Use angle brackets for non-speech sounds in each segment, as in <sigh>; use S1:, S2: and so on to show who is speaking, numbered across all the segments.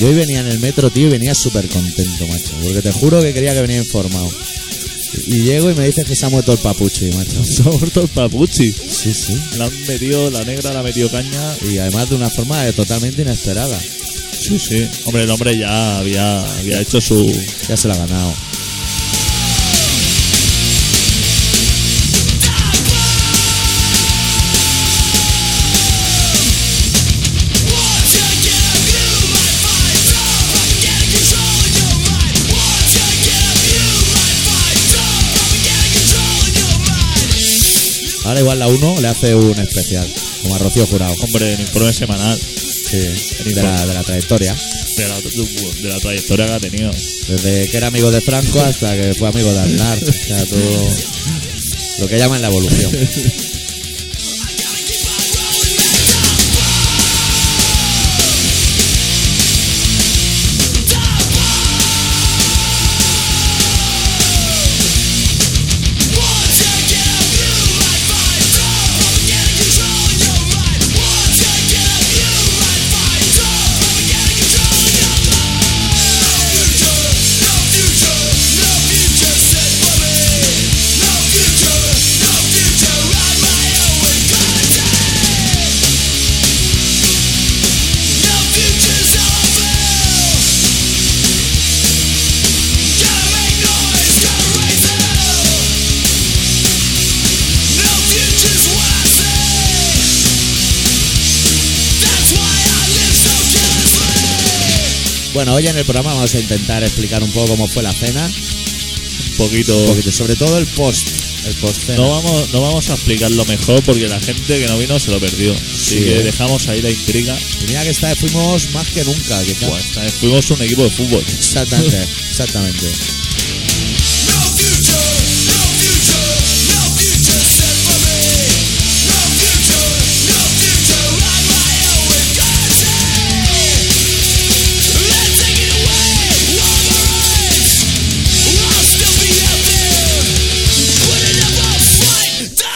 S1: Yo hoy venía en el metro, tío, y venía súper contento, macho. Porque te juro que quería que venía informado. Y y llego y me dices que se ha muerto el papuchi, macho.
S2: <laughs> Se ha muerto el papuchi.
S1: Sí, sí.
S2: La han metido, la negra la ha metido caña.
S1: Y además de una forma eh, totalmente inesperada.
S2: Sí, sí. Hombre, el hombre ya había, había hecho su.
S1: Ya se la ha ganado.
S3: Once you get a view, might find time. Propaganda control in your mind. Once you get a view, might find time. Propaganda control in your mind.
S1: Ahora igual la 1 le hace un especial. Como a Rocío Jurado.
S2: Hombre, el informe semanal
S1: Sí. De la, de la trayectoria.
S2: de la, de la trayectoria que ha tenido.
S1: Desde que era amigo de Franco hasta que fue amigo de Aznar. O sea, todo lo que llaman la evolución.
S3: I gotta keep on rolling that top bomb. Top bomb. Once you get a view, might find time. Propaganda control in your mind. Once you get a view, might find time. Propaganda control in your mind. No future, no future, no future set for me. No future, no future on my own conscience. No future's over. Gotta make noise, gotta raise hell. No future's what I say. That's why I live so carelessly.
S1: Bueno, hoy en el programa vamos a intentar explicar un poco cómo fue la cena.
S2: Un poquito.
S1: Un poquito, sobre todo el post. El post cena.
S2: No vamos, no vamos a explicarlo mejor porque la gente que no vino se lo perdió. Así
S1: Sí,
S2: que
S1: eh.
S2: dejamos ahí la intriga.
S1: Y mira que esta vez fuimos más que nunca, quizás.
S2: Buah, esta vez fuimos un equipo de fútbol.
S1: <laughs> Exactamente, exactamente.
S3: No future, no future, no future set for me. No future, no future on my own Let's take it away, roll the rights. I'll still be out there, putting up a fight. The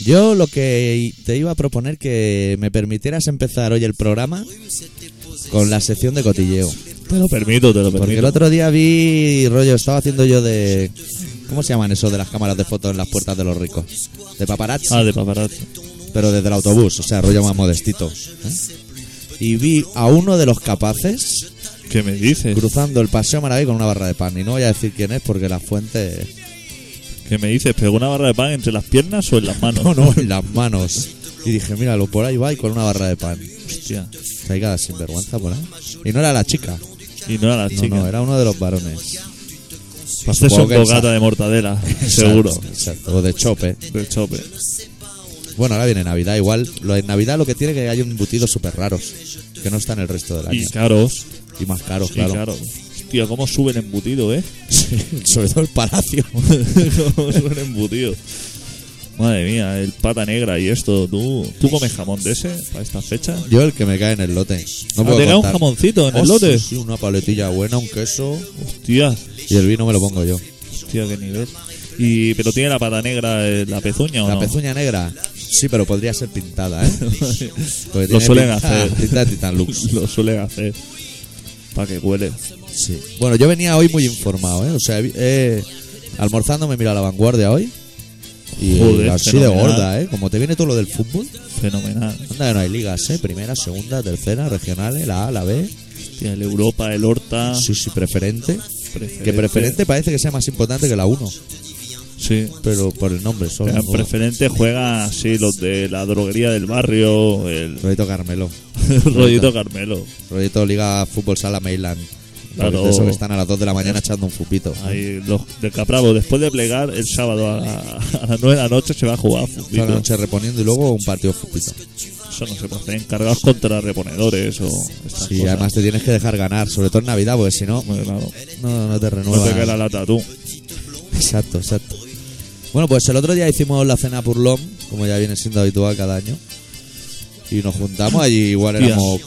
S1: Yo lo que te iba a proponer que me permitieras empezar hoy el programa con la sección de cotilleo.
S2: Te lo permito, te lo
S1: Porque el
S2: permito.
S1: otro día vi, rollo, estaba haciendo yo de... ¿Cómo se llaman eso de las cámaras de fotos en las puertas de los ricos? De paparazzi,
S2: Ah, de paparazzi.
S1: pero desde el autobús, o sea, rollo más modestito. ¿eh? Y vi a uno de los capaces
S2: ¿Qué me dices?
S1: cruzando el Paseo Maraví con una barra de pan. Y no voy a decir quién es porque la fuente... <laughs>
S2: ¿Qué me dices? ¿Pegó una barra de pan entre las piernas o en las manos?
S1: No, no, en las manos. Y dije, míralo, por ahí va y con una barra de pan.
S2: <laughs> Hostia.
S1: Caiga sinvergüenza por ahí. Y no era la chica.
S2: Y no era la
S1: No,
S2: chica.
S1: no, era uno de los varones. Pues
S2: Para hacerse
S1: Supongo
S2: un
S1: que el
S2: bocata
S1: sa-
S2: de mortadela,
S1: <laughs>
S2: seguro.
S1: Exacto, exacto, O de chope.
S2: Del chope.
S1: Bueno, ahora viene Navidad. Igual, lo de Navidad lo que tiene que hay embutidos súper raros. Que no están el resto del
S2: Y
S1: año.
S2: caros.
S1: Y, más caros,
S2: Y
S1: claro.
S2: caros. Hostia, cómo sube el embutido, ¿eh?
S1: <laughs>
S2: <laughs>
S1: Sí, sobre todo el palacio.
S2: cómo sube el embutido. Madre mía, el pata negra y esto. ¿Tú, ¿Tú comes jamón de ese para esta fecha?
S1: Yo el que me cae en el lote. No
S2: Ah,
S1: puedo
S2: ¿Te cae un
S1: contar.
S2: jamoncito en el
S1: Oh, sí,
S2: lote?
S1: Sí, una paletilla buena, un queso.
S2: Hostia,
S1: Y el vino me lo pongo yo.
S2: hostia, qué nivel. Y, ¿Pero tiene la pata negra eh, la pezuña o
S1: La
S2: no?
S1: pezuña negra. Sí, pero podría ser pintada,
S2: <laughs>
S1: ¿eh? Porque
S2: Lo
S1: tiene
S2: suelen
S1: pinta-
S2: hacer.
S1: Pinta de Titan Lux.
S2: <laughs> Lo suelen hacer. Para que huele.
S1: Sí. Bueno, yo venía hoy muy informado, ¿eh? O sea, he- he- almorzando me mira la vanguardia hoy. Y
S2: Joder,
S1: así
S2: fenomenal.
S1: de gorda, ¿eh? Como te viene todo lo del fútbol.
S2: Fenomenal.
S1: Anda que no hay ligas, ¿eh? Primera, segunda, tercera, regionales, la A, la B.
S2: Hostia, el Europa, el Horta.
S1: Sí, sí, preferente. Que preferente parece que sea más importante que la 1.
S2: Sí.
S1: Pero por el nombre solo.
S2: Pero en preferente juega así los de la droguería del barrio, el
S1: Rollito Carmelo.
S2: <laughs> rollito Carmelo.
S1: Rollito Liga Fútbol Sala Mainland.
S2: Claro.
S1: De esos que están a las 2 de la mañana echando un fupito.
S2: Ahí los de Capravo, después de plegar el sábado a, a las 9 de la noche se va a jugar a
S1: Toda la
S2: futbito.
S1: noche reponiendo y luego un partido fupito.
S2: Eso no se puede hacer. Encargados contra reponedores o estas
S1: Sí,
S2: cosas.
S1: además te tienes que dejar ganar, sobre todo en Navidad, porque si no,
S2: Muy claro.
S1: no, Pues no te
S2: No
S1: renuevas.
S2: te cae la lata tú.
S1: Exacto, exacto. Bueno, pues el otro día hicimos la cena Purlón, como ya viene siendo habitual cada año. Y nos juntamos allí, igual
S2: Hostias.
S1: éramos,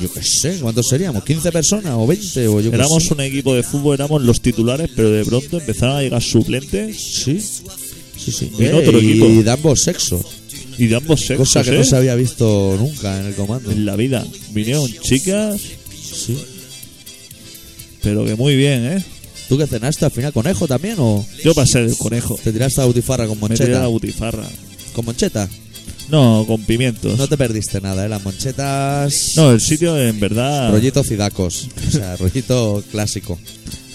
S1: yo qué sé, ¿cuántos seríamos? ¿15 personas o 20? O yo qué
S2: Éramos
S1: sé.
S2: un equipo de fútbol, éramos los titulares, pero de pronto empezaron a llegar suplentes
S1: Sí, sí, sí.
S2: En otro
S1: y
S2: equipo.
S1: de ambos sexos,
S2: y de ambos sexos.
S1: cosa que
S2: ¿eh?
S1: no se había visto nunca en el comando.
S2: En la vida. Vinieron chicas,
S1: Sí.
S2: pero que muy bien, ¿eh?
S1: ¿Tú qué cenaste al final? ¿Conejo también o
S2: Yo pasé del conejo.
S1: te tiraste a Utifarra con
S2: Me tiré a
S1: moncheta?
S2: la butifarra.
S1: ¿Con moncheta?
S2: No, con pimientos.
S1: No
S2: No,
S1: te perdiste nada, ¿eh? Las monchetas...
S2: el sitio en verdad.
S1: Rollito Cidacos, o
S2: <laughs>
S1: sea, rollito clásico.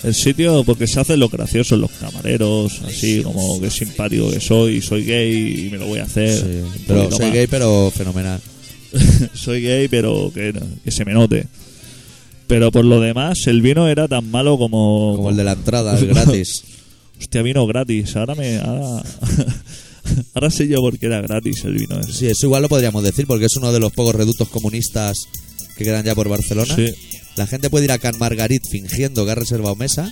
S2: El sitio porque se hacen los graciosos, los camareros, así como que simpático que soy, soy gay y me lo voy a hacer.
S1: Sí,
S2: Eh, Un
S1: pero
S2: poquito
S1: soy
S2: más.
S1: gay, pero fenomenal.
S2: <laughs> soy gay, pero que, no- que se me note. Pero por lo demás, el vino era tan malo como.
S1: Como el de la
S2: <laughs>
S1: entrada, el gratis.
S2: Hostia, vino gratis. Ahora me. Ahora, <laughs> ahora sé yo por qué era gratis el vino ese.
S1: Sí, eso igual lo podríamos decir porque es uno de los pocos reductos comunistas que quedan ya por Barcelona.
S2: Sí.
S1: La gente puede ir a Can Margarit fingiendo que ha reservado mesa,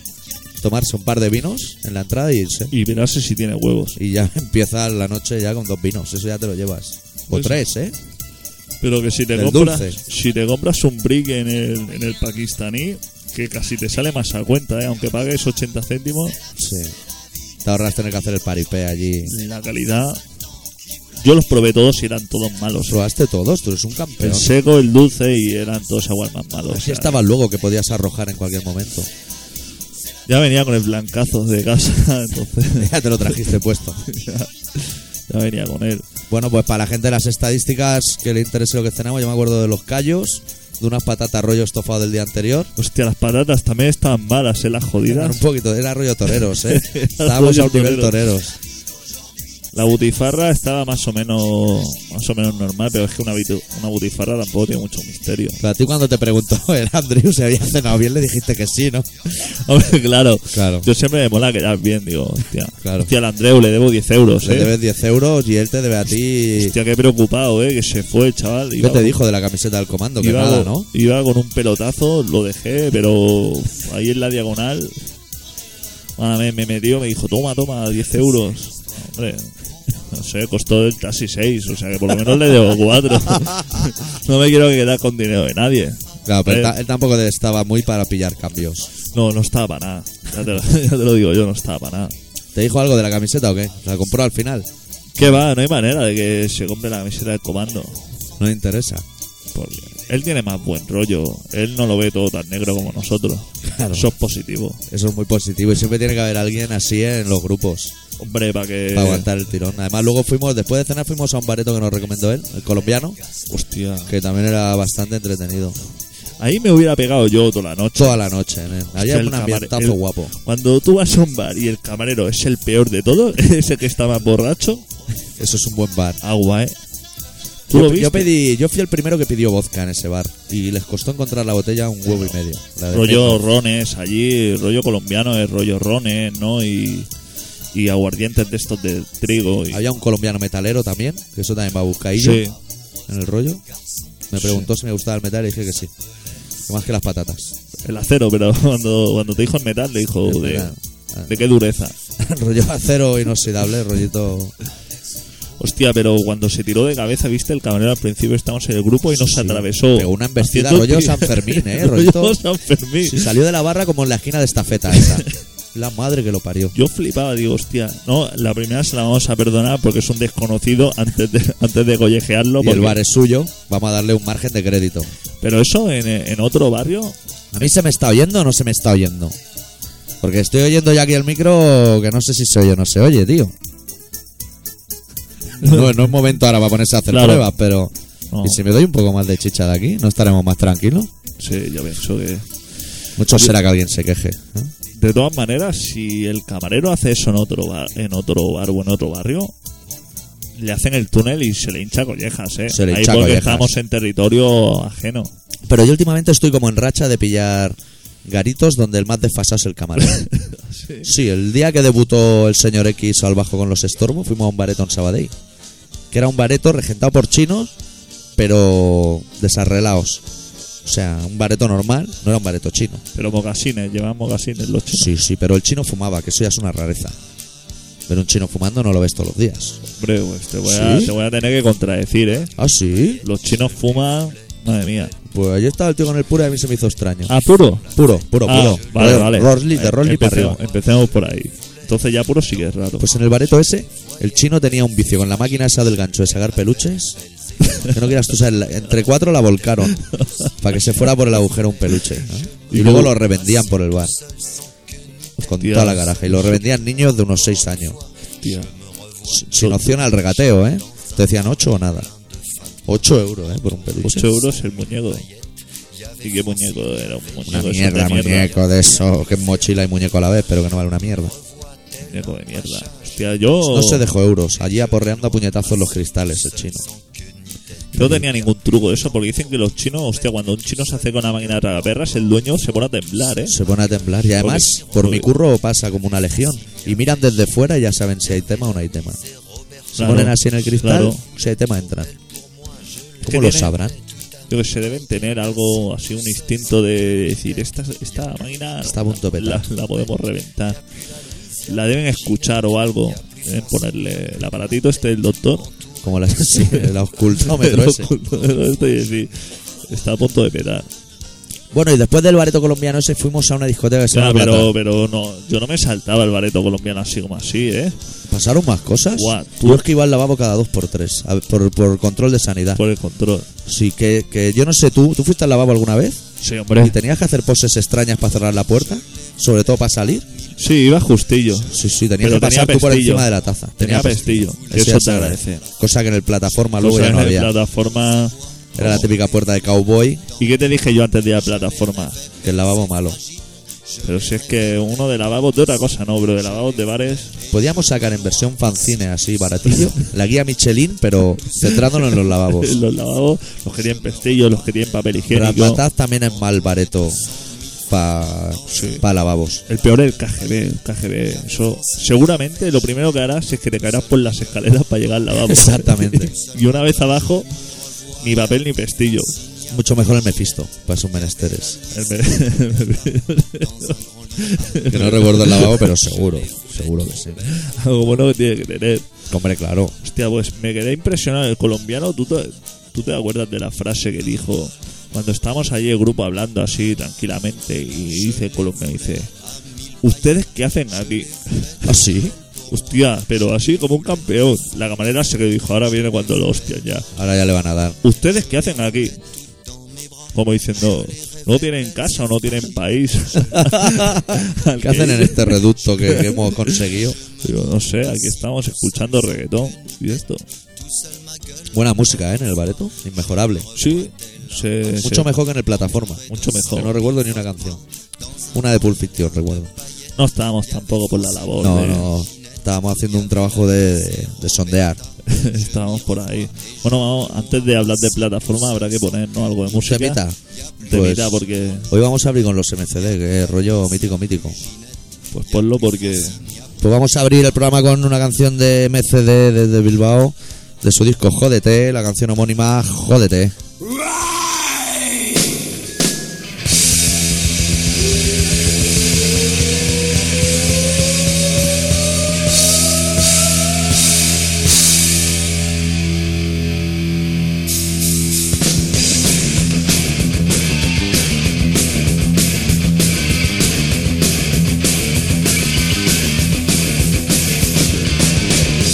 S1: tomarse un par de vinos en la entrada y irse.
S2: Y verás si tiene huevos.
S1: Y ya <laughs> empieza la noche ya con dos vinos, eso ya te lo llevas. O
S2: Pues-
S1: tres, ¿eh?
S2: Pero que si te
S1: Del
S2: compras.
S1: dulce.
S2: Si te compras un brick en el, en el pakistaní, que casi te sale más a cuenta, ¿eh? aunque pagues 80 céntimos,
S1: Sí. Te ahorras tener que hacer el paripé allí.
S2: la calidad. Yo los probé todos y eran todos malos.
S1: Probaste todos, tú eres un campeón.
S2: El seco, el dulce y eran todos igual más malos. O
S1: Así
S2: sea,
S1: estabas luego que podías arrojar en cualquier
S2: <laughs>
S1: momento.
S2: Ya venía con el blancazo de casa, <laughs> entonces
S1: Ya te lo trajiste puesto.
S2: ya, ya venía con él.
S1: Bueno, pues para la gente de las estadísticas que le interese lo que cenamos, yo me acuerdo de los callos, de unas patatas rollo estofado del día anterior.
S2: Hostia, las patatas también estaban malas, ¿eh? Las
S1: Eran
S2: jodidas.
S1: un poquito, era rollo toreros, ¿eh?
S2: <laughs> Era
S1: Estábamos
S2: rollo
S1: a un nivel
S2: toreros.
S1: toreros.
S2: La butifarra estaba más o menos más o menos normal, pero es que una, bitu- una butifarra tampoco tiene mucho misterio. <laughs>
S1: Pero a ti cuando te preguntó <laughs> el Andrew si había cenado bien, le dijiste que sí, ¿no?
S2: Hombre, claro.
S1: Claro.
S2: Yo siempre me mola quedar bien, digo, hostia.
S1: Claro.
S2: Hostia, al Andreu le debo 10 euros,
S1: Le
S2: ¿eh?
S1: debes 10 euros y él te debe a ti...
S2: Hostia, qué preocupado, ¿eh? Que se fue el chaval.
S1: ¿Qué
S2: Iba-
S1: te dijo de la camiseta del comando? Que
S2: Iba,
S1: nada,
S2: con-
S1: ¿no?
S2: iba con un pelotazo, lo dejé, pero uf, ahí en la diagonal bueno, me, me metió, me dijo, toma, toma, 10 euros. Hombre, no sé, costó casi 6, o sea que por lo menos le debo 4. <laughs> no me quiero quedar con dinero de nadie.
S1: Claro, pero él,
S2: Eh.
S1: ta- él tampoco estaba muy para pillar cambios.
S2: No, no estaba para nada. Ya te, lo, <laughs> ya te lo digo yo, no estaba para nada.
S1: ¿Te dijo algo de la camiseta o qué? ¿La compró al final?
S2: Que va, no hay manera de que se compre la camiseta del comando.
S1: No le interesa.
S2: Porque él tiene más buen rollo. Él no lo ve todo tan negro como nosotros.
S1: Claro.
S2: Eso es positivo.
S1: Eso es muy positivo y siempre tiene que haber alguien así en los grupos
S2: Hombre, para que.
S1: para aguantar el tirón. Además, luego fuimos, después de cenar, fuimos a un bareto que nos recomendó él, el colombiano,
S2: Hostia.
S1: que también era bastante entretenido.
S2: Ahí me hubiera pegado yo toda la noche.
S1: Toda la noche, ¿eh? Había
S2: el
S1: un ambientazo
S2: camare- el-
S1: guapo.
S2: Cuando tú vas a un bar y el camarero es el peor de todo, <laughs> es el que está más borracho,
S1: Eso es un buen bar.
S2: agua, ¿eh? ¿Tú lo
S1: Yo,
S2: viste?
S1: yo pedí, yo fui el primero que pidió vodka en ese bar y les costó encontrar la botella un huevo y medio. la de
S2: Rollo
S1: metro.
S2: rones allí, rollo colombiano es rollo rones, ¿no? Y, y aguardientes de estos de trigo. Y,
S1: Había un colombiano metalero también, que eso también va a buscar y yo
S2: sí,
S1: en el rollo. Me preguntó si me gustaba el metal y dije que sí. Más que las patatas. <laughs>
S2: el acero, pero <laughs> cuando, cuando te dijo el metal, te dijo
S1: El
S2: de,
S1: metal. Ah.
S2: de qué dureza.
S1: rollo acero inoxidable, rollito
S2: Hostia, pero cuando se tiró de cabeza, viste, el camarero al principio estábamos en el grupo y nos atravesó.
S1: Pegó una embestida
S2: Haciendo
S1: rollo
S2: pi-
S1: San
S2: <laughs>
S1: Fermín, ¿eh?
S2: rollo
S1: Rollito-
S2: San Fermín.
S1: Sí, salió de la barra como en la esquina de esta feta
S2: <laughs>
S1: esa. La madre que lo parió.
S2: Yo flipaba, digo, hostia, no, la primera se la vamos a perdonar porque es un desconocido antes de, <laughs> antes de collejearlo.
S1: Y el
S2: porque-
S1: bar es suyo, vamos a darle un margen de crédito.
S2: Pero eso en, en otro barrio,
S1: ¿A mí se me está oyendo o no se me está oyendo? Porque estoy oyendo ya aquí el micro que no sé si se oye o no se oye,
S2: <laughs>
S1: tío. No, no es momento ahora para ponerse a hacer
S2: Claro.
S1: pruebas, pero...
S2: No.
S1: Y si me doy un poco más de chicha de aquí, ¿no estaremos más tranquilos?
S2: sí, yo pienso que.
S1: Mucho será que alguien se queje. ¿eh?
S2: De todas maneras, si el camarero hace eso en otro bar, en otro bar o en otro barrio, le hacen el túnel y se le hincha collejas, ¿eh?
S1: Se le
S2: Ahí
S1: hincha
S2: porque
S1: collejas.
S2: estamos en territorio ajeno. <laughs>
S1: Pero yo últimamente estoy como en racha de pillar garitos donde el más desfasado es el
S2: <laughs>
S1: camarero. sí, el día que debutó el señor X al bajo con los estorbos, fuimos a un bareto en Sabadell. Que era un bareto regentado por chinos, pero desarrelados. O sea, un bareto normal, no era un bareto chino.
S2: Pero mocasines, llevan mocasines los chinos.
S1: Sí, sí, pero el chino fumaba, que eso ya es una rareza. Pero un chino fumando no lo ves todos los días.
S2: Hombre, pues te voy, a,
S1: ¿Sí?
S2: te voy a tener que contradecir, ¿eh?
S1: Ah, sí.
S2: Los chinos fuman. Madre mía.
S1: Pues ayer estaba el tío con el puro y a mí se me hizo extraño.
S2: Ah, puro.
S1: Puro, puro,
S2: Ah,
S1: puro.
S2: vale,
S1: Ro-
S2: vale.
S1: Rosli- de
S2: Eh,
S1: Rosli para
S2: empecemos-
S1: arriba.
S2: Empecemos por ahí. Entonces ya puro sí que es raro.
S1: Pues en el bareto ese, el chino tenía un vicio con la máquina esa del gancho de sacar peluches. <laughs> Que no quieras tú saber, la- entre cuatro la volcaron para que se fuera por el agujero un peluche. ¿no?
S2: Y
S1: Y luego lo
S2: luego-
S1: revendían por el bar. Con
S2: Hostias.
S1: toda la garaje. Y lo revendían niños de unos seis años.
S2: Hostia.
S1: Sin opción al regateo, ¿eh? Te decían ocho o nada. Ocho euros, ¿eh? Por un peluche.
S2: 8 euros el muñeco. ¿Y qué muñeco era? Un muñeco
S1: Una
S2: de esos
S1: mierda,
S2: de mierda.
S1: muñeco de eso. Que es mochila y muñeco a la vez, pero que no vale una mierda.
S2: Muñeco de mierda. Hostia, yo
S1: No se dejó euros. Allí aporreando a puñetazos los cristales, el chino.
S2: no tenía ningún truco de eso, porque dicen que los chinos, hostia, cuando un chino se hace con una máquina de tragaperras, el dueño se pone a temblar, ¿eh?
S1: Se pone a temblar. Y además,
S2: Joder,
S1: por
S2: joder.
S1: mi curro pasa como una legión. Y miran desde fuera y ya saben si hay tema o no hay tema. Se
S2: Claro,
S1: ponen así en el cristal,
S2: claro.
S1: si hay tema entran.
S2: que
S1: ¿Cómo lo
S2: tiene-
S1: sabrán?
S2: Yo que se deben tener algo así, un instinto de decir, esta, esta máquina
S1: Está a punto de
S2: la,
S1: petar.
S2: la podemos reventar. La deben escuchar o algo. Deben ponerle el aparatito este del doctor.
S1: Como las, <laughs> sí, el
S2: <laughs>
S1: ocultómetro
S2: El
S1: ese.
S2: ocultómetro este y decir, está a punto de petar.
S1: Bueno, y después del bareto colombiano ese fuimos a una discoteca que se
S2: Ya,
S1: llama
S2: pero,
S1: Plata.
S2: pero no, yo no me saltaba el bareto colombiano así como así, ¿eh?
S1: ¿Pasaron más cosas?
S2: Guau, tú-
S1: Yo es que iba al lavabo cada dos por tres, a ver, por, por control de sanidad.
S2: Por el control.
S1: Sí, que, que yo no sé, ¿tú, ¿tú fuiste al lavabo alguna vez?
S2: Sí, hombre.
S1: ¿Y tenías que hacer poses extrañas para cerrar la puerta? Sobre todo para salir.
S2: Sí, iba justillo.
S1: Sí, sí, tenías
S2: Pero
S1: que pasar
S2: tenía
S1: tú por
S2: pestillo.
S1: encima de la taza.
S2: Tenía pestillo. Eso
S1: ya
S2: te
S1: se
S2: agradece.
S1: Cosa que en el plataforma luego
S2: Cosa
S1: ya no
S2: en
S1: había.
S2: plataforma.
S1: Era la típica puerta de cowboy
S2: ¿Y qué te dije yo antes de la plataforma?
S1: que el lavabo malo.
S2: Pero si es que uno de lavabos de otra cosa, no, pero de lavabos de bares. <laughs>
S1: Podíamos sacar en versión fanzine así baratillo la guía Michelin, pero centrándonos en los lavabos.
S2: <laughs> Los lavabos, los que tienen pestillo, los que tienen papel higiénico.
S1: Razzmatazz también es mal bareto para
S2: Sí.
S1: lavabos.
S2: El peor es el KGB, el KGB. Eso, seguramente lo primero que harás es que te caerás por las escaleras para llegar al lavabo.
S1: Exactamente.
S2: <laughs> y una vez abajo, ni papel ni pestillo.
S1: Mucho mejor el Mephisto para sus menesteres.
S2: El <laughs> me-
S1: Que no recuerdo el lavabo, pero seguro. Seguro que sí.
S2: Algo bueno que tiene que tener.
S1: Hombre, claro.
S2: Hostia, pues me quedé impresionado. El colombiano, ¿tú te, tú te acuerdas de la frase que dijo cuando estábamos allí el grupo hablando así tranquilamente? Y dice el colombiano, dice, ¿ustedes qué hacen aquí? <laughs> ¿Ah,
S1: Así.
S2: Hostia, pero así como un campeón. La camarera se que dijo, ahora viene cuando lo hostian ya.
S1: Ahora ya le van a dar.
S2: ¿Ustedes qué hacen aquí? Como diciendo, no tienen casa o no tienen país. <laughs> Al
S1: ¿Qué
S2: que
S1: hacen en
S2: dice-
S1: este reducto que, que hemos conseguido?
S2: Digo, no sé, aquí estamos escuchando reggaetón y esto.
S1: Buena música, ¿eh? En el bareto. Inmejorable.
S2: Sí, se,
S1: Mucho mejor que en el plataforma.
S2: Mucho mejor.
S1: Que no recuerdo ni una canción. Una de Pulp Fiction, recuerdo.
S2: No estábamos tampoco por la labor.
S1: No,
S2: de- <laughs>
S1: no. Estábamos haciendo un trabajo de, de- de sondear.
S2: estábamos por ahí. Bueno, vamos, antes de hablar de plataforma, habrá que poner ¿no? algo de música.
S1: Temita. Pues-
S2: Temita, porque.
S1: Hoy vamos a abrir con los MCD, que es rollo mítico, mítico.
S2: Pues ponlo porque.
S1: Pues vamos a abrir el programa con una canción de MCD desde Bilbao, de su disco Jódete, la canción homónima Jódete.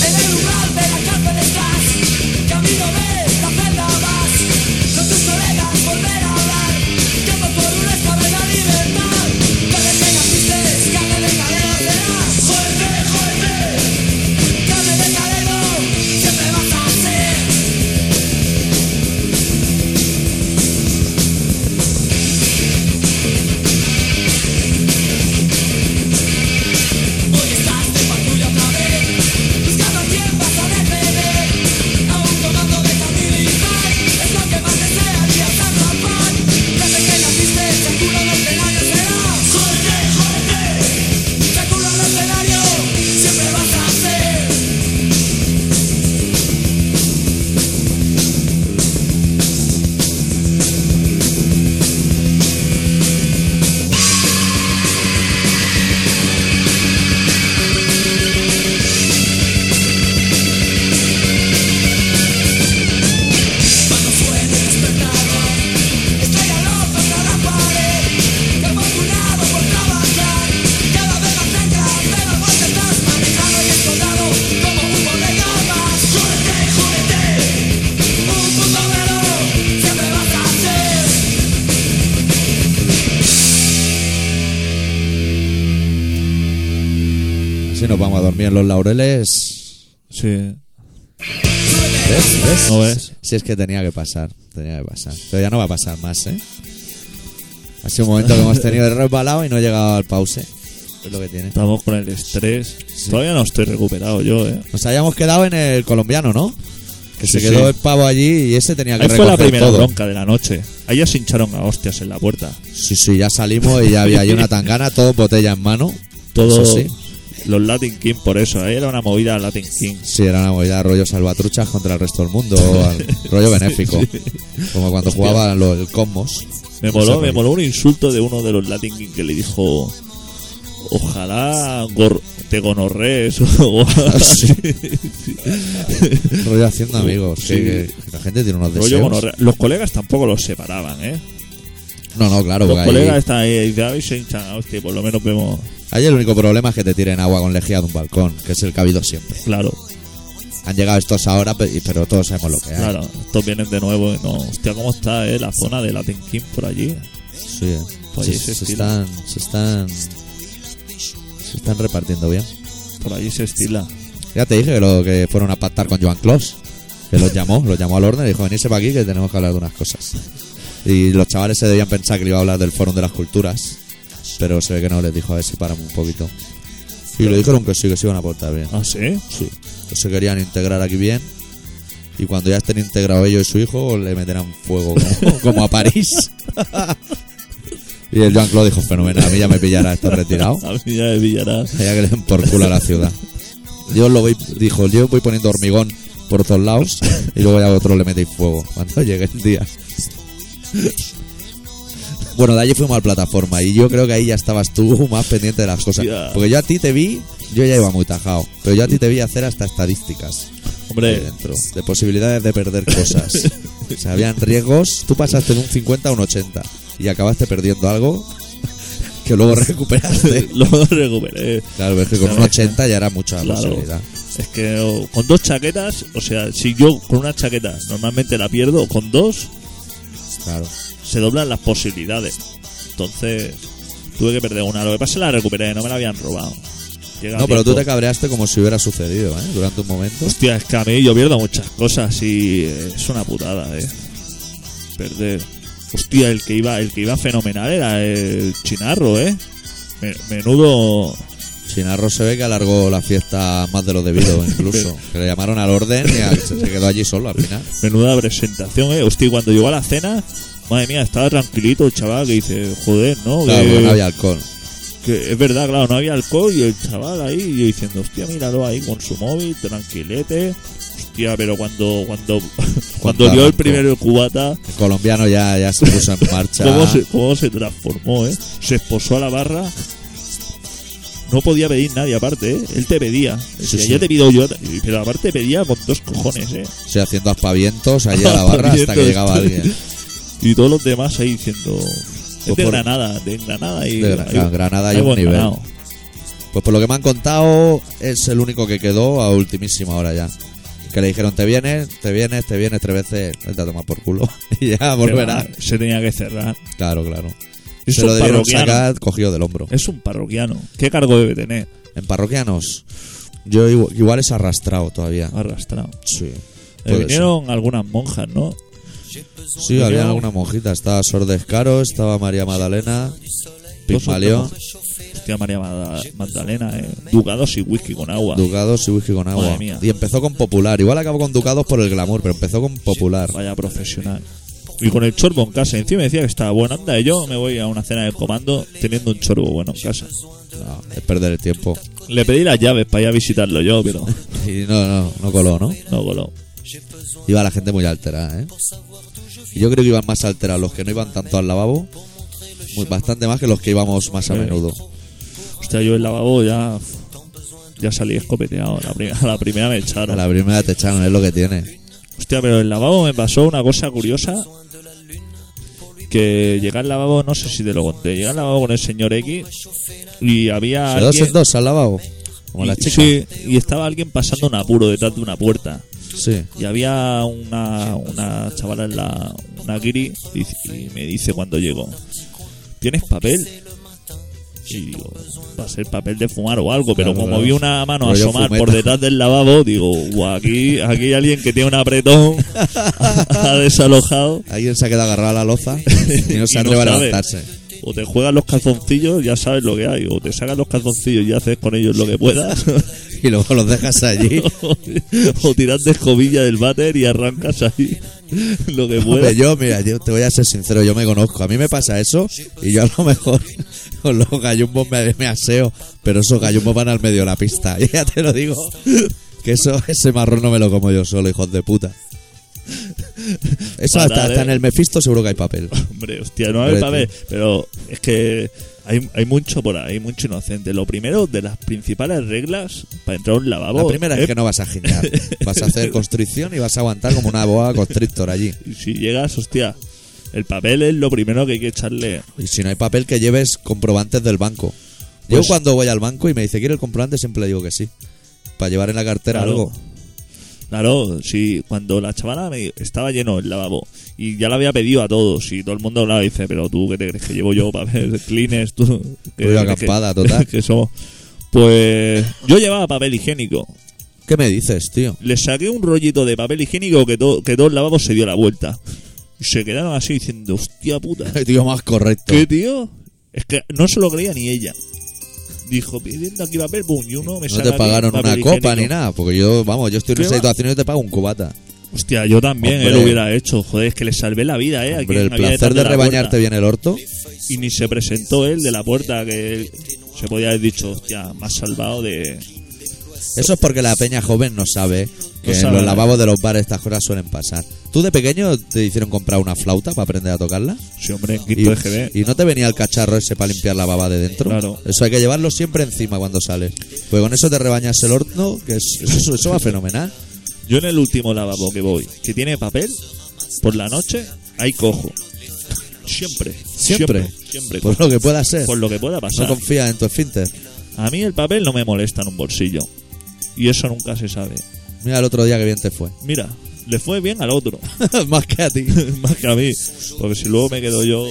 S3: En el umbral de la cárcel estás, camino de la celda vas,
S1: nos vamos a dormir en los laureles.
S2: Sí.
S1: ¿Ves? ¿Ves?
S2: ¿No ves?
S1: Si es que tenía que pasar, tenía que pasar. Pero ya no va a pasar más, ¿eh? Ha sido un momento que hemos tenido el resbalado y no he llegado al pause. Es lo que tiene.
S2: Estamos con el estrés. Todavía no estoy recuperado yo, ¿eh?
S1: Nos habíamos quedado en el colombiano, ¿no? Que se
S2: Sí,
S1: quedó
S2: sí.
S1: el pavo allí y ese tenía que
S2: Ahí fue la
S1: recoger
S2: primera
S1: todo.
S2: bronca de la noche. Ahí ya se hincharon a hostias en la puerta.
S1: Sí, sí, ya salimos y ya había allí una tangana, todo botella en mano.
S2: Todo.
S1: Eso sí.
S2: Los Latin King por eso. ¿eh? Era una movida Latin King.
S1: Sí, era una movida rollo salvatruchas contra el resto del
S2: <laughs>
S1: mundo, al- rollo benéfico. Como cuando
S2: Hostia.
S1: jugaban los el
S2: <laughs>
S1: Cosmos.
S2: Me
S1: Esa
S2: moló, me
S1: rollo.
S2: moló un insulto de uno de los Latin King que le dijo. Ojalá gor- te gonorrees <laughs> o algo
S1: Ah,
S2: así.
S1: Rollo haciendo amigos.
S2: Sí.
S1: que- que la gente tiene unos
S2: Rollo
S1: deseos.
S2: gonorrea. Los colegas tampoco los separaban, ¿eh?
S1: No, no, claro.
S2: Los
S1: porque ahí-
S2: colegas están ahí y dicen, "Ay, se hinchan a hostia, por lo menos vemos.
S1: Ahí el único problema es que te tiren agua con lejía de un balcón, que es el cabido siempre.
S2: Claro,
S1: Han llegado estos ahora, pe- pero todos sabemos lo que hay.
S2: claro. Estos vienen de nuevo y no. Hostia, ¿cómo está eh, la zona de Latin King por allí?
S1: Sí, eh.
S2: Pues
S1: Sí,
S2: ahí
S1: se,
S2: ese
S1: se
S2: estilo.
S1: están, se están. Se están repartiendo bien.
S2: Por allí se estila.
S1: Ya te dije que, lo, que fueron a pactar con Joan Clos. Que los llamó, los llamó al orden y dijo: Venirse para aquí que tenemos que hablar de unas cosas. Y los chavales se debían pensar que le iba a hablar del Fórum de las Culturas. Pero se ve que no, les dijo: A ver si paramos un poquito. Y le dijeron que sí, que se iban a portar bien.
S2: ¿Ah, sí? <laughs>
S1: Sí. Que se querían integrar aquí bien. Y cuando ya estén integrados ellos y su hijo, le meterán fuego como, como a París. <laughs> y el Joan Claude dijo, fenomenal, a mí ya me pillará, está retirado.
S2: A mí ya me pillará.
S1: Ya que le den por culo a la ciudad. Yo lo voy, dijo, yo voy poniendo hormigón por todos lados y luego ya otro le metéis fuego cuando <laughs> llegue el día. Bueno, de allí fuimos al plataforma y yo creo que ahí ya estabas tú <laughs> más pendiente de las cosas.
S2: Hostia.
S1: Porque yo a ti te vi, yo ya iba muy tajado, pero yo a ti te vi hacer hasta estadísticas ahí
S2: Hombre,
S1: dentro, de posibilidades de perder cosas. o sea, habían riesgos, tú pasaste de un 50 a un 80 y acabaste perdiendo algo que luego <laughs> recuperaste.
S2: lo <laughs> recuperé.
S1: Claro, pero es que con un 80 ya era mucha
S2: Claro.
S1: posibilidad.
S2: Es que o, con dos chaquetas, o sea, si yo con una chaqueta normalmente la pierdo, con dos
S1: Claro.
S2: se doblan las posibilidades. Entonces, tuve que perder una. Lo que pasa es que la recuperé, no me la habían robado. Llega
S1: No, pero tú
S2: tiempo.
S1: te cabreaste como si hubiera sucedido, ¿eh? Durante un momento.
S2: Hostia, es que a mí yo pierdo muchas cosas y eh, es una putada, eh. Perder. Hostia, el que iba, el que iba fenomenal era el chinarro, eh. Me- Menudo.
S1: Chinarro se ve que alargó la fiesta más de lo
S2: <laughs>
S1: debido, incluso. que le llamaron al orden y al- se quedó allí solo al final.
S2: Menuda presentación, eh. Hostia, y cuando llegó a la cena, madre mía, estaba tranquilito el chaval que dice, joder, ¿no?
S1: Claro,
S2: que,
S1: porque no había alcohol.
S2: que es verdad, claro, no había alcohol y el chaval ahí, y yo diciendo, hostia, míralo ahí con su móvil, tranquilete. Hostia, pero cuando, cuando, <laughs> cuando dio el
S1: arrancó.
S2: primero cubata,
S1: El colombiano ya, ya se puso en marcha.
S2: ¿Cómo se, cómo se transformó, eh? Se esposó a la barra. No podía pedir nadie aparte, ¿eh? Él te pedía. Decía,
S1: sí.
S2: Ya te pido yo. Pero aparte pedía con dos cojones, ¿eh?
S1: Sí, haciendo aspavientos allí a la barra hasta que
S2: Aspavientos.
S1: llegaba alguien.
S2: <laughs> Y todos los demás ahí diciendo. Es
S1: Pues
S2: de
S1: por-
S2: Granada, de Granada y.
S1: De Gran-
S2: ahí-
S1: Granada hay
S2: ahí
S1: un
S2: hemos
S1: nivel.
S2: ganado.
S1: Pues por lo que me han contado, es el único que quedó a ultimísima hora ya. Que le dijeron, te vienes, te vienes, te vienes tres veces, él te ha tomado por culo. <laughs> y ya volverá.
S2: Pero, ah, Se tenía que cerrar.
S1: Claro, claro.
S2: Es
S1: Se lo
S2: un
S1: debieron
S2: parroquiano.
S1: sacar cogido del hombro.
S2: Es un parroquiano. ¿Qué cargo debe tener?
S1: En parroquianos, yo igu- igual es arrastrado todavía.
S2: Arrastrado.
S1: Sí.
S2: Ah. Eh, vinieron algunas monjas, ¿no?
S1: Sí, había alguna monjita. Estaba Sor Descaro, estaba María Magdalena, Pigmalión,
S2: Hostia, María Magda- Magdalena, ¿eh? Ducados y whisky con agua.
S1: Ducados y Whisky con agua.
S2: Madre mía.
S1: Y empezó con Popular. Igual acabó con Ducados por el glamour, pero empezó con Popular.
S2: Vaya profesional. Y con el chorbo en casa. Encima decía que estaba bueno. Anda, yo me voy a una cena de comando teniendo un chorbo bueno en casa.
S1: No, es perder el tiempo.
S2: Le pedí las llaves para ir a visitarlo yo, pero
S1: Y no, no, no coló, ¿no?
S2: no coló.
S1: Iba la gente muy alterada, ¿eh? Y Yo creo que iban más alterados los que no iban tanto al lavabo, muy- bastante más que los que íbamos más a
S2: Sí.
S1: menudo.
S2: Hostia, yo el lavabo ya. Ya salí escopeteado. La prim- a la primera me
S1: A
S2: echaron.
S1: la primera te echaron, es lo que tiene.
S2: Hostia, pero el lavabo me pasó una cosa curiosa. Que llegué al lavabo, no sé si te lo conté. Llegué al lavabo con el señor X y había.
S1: De dos
S2: alguien-
S1: en dos al lavabo, como la
S2: y-
S1: chica.
S2: Sí, y estaba alguien pasando un apuro detrás de una puerta.
S1: Sí.
S2: Y había una, una chavala en la. Una guiri dice- y me dice cuando llego: ¿Tienes papel? Y digo, va a ser papel de fumar o algo, pero
S1: Claro,
S2: como
S1: claro.
S2: vi una mano
S1: Rollo
S2: asomar por
S1: fumeta.
S2: detrás del lavabo, digo, "Guau, aquí, aquí hay alguien que tiene un apretón, <laughs> ha desalojado.
S1: Alguien se ha quedado agarrado a la
S2: <laughs>
S1: loza y no se
S2: Y no
S1: atreve a
S2: sabe.
S1: levantarse.
S2: O te juegan los calzoncillos, ya sabes lo que hay. O te sacan los calzoncillos y haces con ellos lo que puedas.
S1: Y luego los dejas allí.
S2: <laughs> o tiras de escobilla del váter y arrancas ahí <laughs> lo que
S1: Hombre,
S2: puedas.
S1: yo, mira, yo te voy a ser sincero, yo me conozco. A mí me pasa eso y yo a lo mejor <laughs> con los gallumbos me, me aseo, pero esos gallumbos van al medio de la pista. <laughs> Y ya te lo digo, que eso ese marrón no me lo como yo solo, hijos de puta. Eso
S2: Fatal,
S1: hasta, hasta
S2: ¿eh?
S1: en el Mephisto seguro que hay papel.
S2: Hombre, hostia, no hay
S1: Hombre,
S2: papel. Pero es que hay, hay mucho por ahí, mucho inocente. Lo primero, de las principales reglas para entrar a eh. un lavabo.
S1: La primera es que no vas a
S2: <laughs>
S1: girar, vas a hacer constricción y vas a aguantar como una boa constrictor allí.
S2: Si llegas, hostia, el papel es lo primero que hay que echarle.
S1: Y si no hay papel, que lleves comprobantes del banco.
S2: Pues-
S1: Yo cuando voy al banco y me dice, ¿quiere el comprobante? Siempre le digo que sí. Para llevar en la cartera
S2: Claro.
S1: algo.
S2: Claro, si cuando la chavala me estaba lleno el lavabo y ya la había pedido a todos y todo el mundo hablaba y dice, pero tú qué te crees que llevo yo papel <laughs> cleaners, tú que
S1: Rollo
S2: que-
S1: acampada, total.
S2: <laughs> que somos. Pues yo llevaba papel higiénico.
S1: ¿Qué me dices, tío? <laughs>
S2: Le saqué un rollito de papel higiénico que, to- que todo el lavabo se dio la vuelta. Y se quedaron así diciendo, hostia puta.
S1: El tío más correcto.
S2: ¿Qué tío? Es que no se lo creía ni ella. Dijo, pidiendo aquí papel, pum, y uno me
S1: No
S2: saca
S1: te
S2: aquí
S1: pagaron una
S2: papel
S1: copa
S2: higiénico.
S1: ni nada, porque yo, vamos, yo estoy en
S2: ¿Qué
S1: esa
S2: va?
S1: situación y yo te pago un cubata.
S2: Hostia, yo también eh,
S1: Hombre.
S2: lo hubiera hecho. Joder, es que le salvé la vida, ¿eh? a
S1: Hombre,
S2: quien
S1: el
S2: había
S1: placer
S2: detrás
S1: de
S2: la
S1: rebañarte
S2: puerta.
S1: bien el orto.
S2: Y ni se presentó él de la puerta, que él se podía haber dicho, hostia, más salvado de.
S1: Eso es porque la peña joven no sabe que
S2: No
S1: en
S2: sabe,
S1: los
S2: ¿eh?
S1: lavabos de los bares estas cosas suelen pasar. ¿Tú de pequeño te hicieron comprar una flauta para aprender a tocarla?
S2: Sí, hombre, en
S1: Y,
S2: quinto EGB.
S1: y no te venía el cacharro ese para limpiar la baba de dentro.
S2: Claro.
S1: Eso hay que llevarlo siempre encima cuando sales. Pues con eso te rebañas el horno, que es- <laughs> eso, eso va fenomenal.
S2: Yo en el último lavabo que voy, que tiene papel, por la noche, ahí cojo. Siempre.
S1: Siempre. Pues
S2: Siempre. siempre
S1: Por
S2: cojo.
S1: lo que pueda ser.
S2: por lo que pueda
S1: No
S2: pasar.
S1: confías en tu esfínter.
S2: A mí el papel no me molesta en un bolsillo. Y eso nunca se sabe.
S1: Mira el otro día que bien te fue. <laughs>
S2: Mira, le fue bien al otro.
S1: Más que a ti.
S2: Más que a mí. Porque si luego me quedo yo.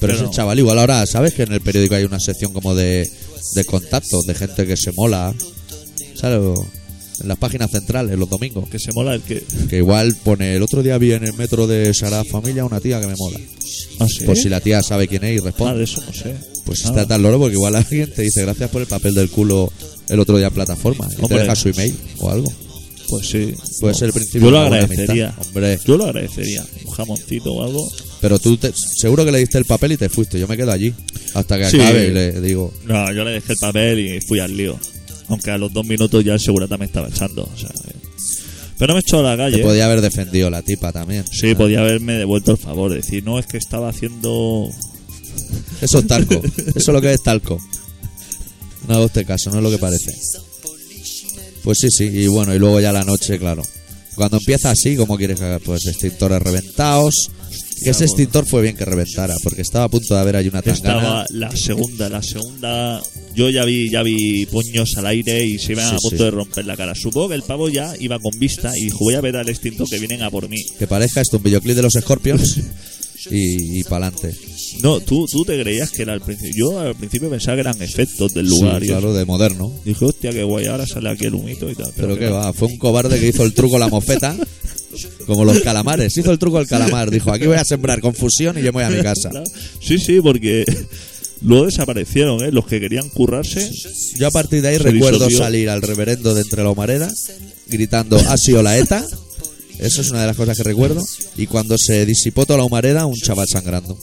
S1: Pero
S2: Pero-
S1: ese chaval, igual ahora, ¿sabes que en el periódico hay una sección como de, de contactos, de gente que se mola? ¿Sabes? O- En las páginas centrales, los domingos.
S2: Que se mola el que.
S1: Que igual pone, el otro día vi en el metro de Sara Familia una tía que me mola.
S2: Ah, ¿sí?
S1: Por Pues si la tía sabe quién es y responde.
S2: Ah, de eso no sé.
S1: Pues
S2: Ah,
S1: está tan loro porque igual alguien te dice gracias por el papel del culo el otro día en plataforma y te
S2: Hombre.
S1: deja su email o algo.
S2: Pues sí.
S1: Puede
S2: No.
S1: ser el principio
S2: Yo lo
S1: de una buena amistad.
S2: agradecería.
S1: Hombre,
S2: Yo lo agradecería. Un jamoncito o algo.
S1: pero tú te- seguro que le diste el papel y te fuiste. Yo me quedo allí hasta que
S2: Sí.
S1: acabe y le digo,
S2: No, yo le dejé el papel y fui al lío. Aunque a los dos minutos ya el segurata me estaba echando. o sea, eh. Pero no me echó a la
S1: te
S2: calle.
S1: podía haber defendido la tipa también.
S2: Sí, podía haberme devuelto el favor. Decir, no, es que estaba haciendo.
S1: Eso es talco. Eso es lo que es talco. No hago este caso, no es lo que parece. Pues sí, sí. Y bueno, y luego ya la noche, claro. Cuando empieza así, ¿cómo quieres cagar? Pues extintores reventados. Que
S2: Ah,
S1: ese extintor fue bien que reventara, porque estaba a punto de haber ahí una tangana.
S2: Estaba la segunda, la segunda. Yo ya vi, ya vi puños al aire y se iban
S1: Sí,
S2: a punto
S1: sí.
S2: de romper la cara. Supongo que el pavo ya iba con vista y dijo, voy a ver al extinto que vienen a por mí.
S1: Que parezca esto un videoclip de los Scorpions. Y, y pa'lante.
S2: No, tú, tú te creías que era al principio. Yo al principio pensaba que eran efectos del lugar.
S1: Sí,
S2: y eso.
S1: claro, de moderno.
S2: Dije, hostia, qué guay, ahora sale aquí el humito y tal.
S1: Pero
S2: que
S1: qué
S2: no.
S1: va, fue un cobarde que hizo el truco la mofeta. Como los calamares. Hizo el truco el calamar. Dijo, aquí voy a sembrar confusión y yo me voy a
S2: <laughs>
S1: mi casa.
S2: Claro. Sí, sí, porque <laughs> luego desaparecieron, ¿eh? Los que querían currarse.
S1: Yo a partir de ahí
S2: Se
S1: recuerdo
S2: disolvió.
S1: salir al reverendo de entre la humareda gritando ha sido la ETA. Eso es una de las cosas que recuerdo. Y cuando se disipó toda la humareda, un chaval sangrando.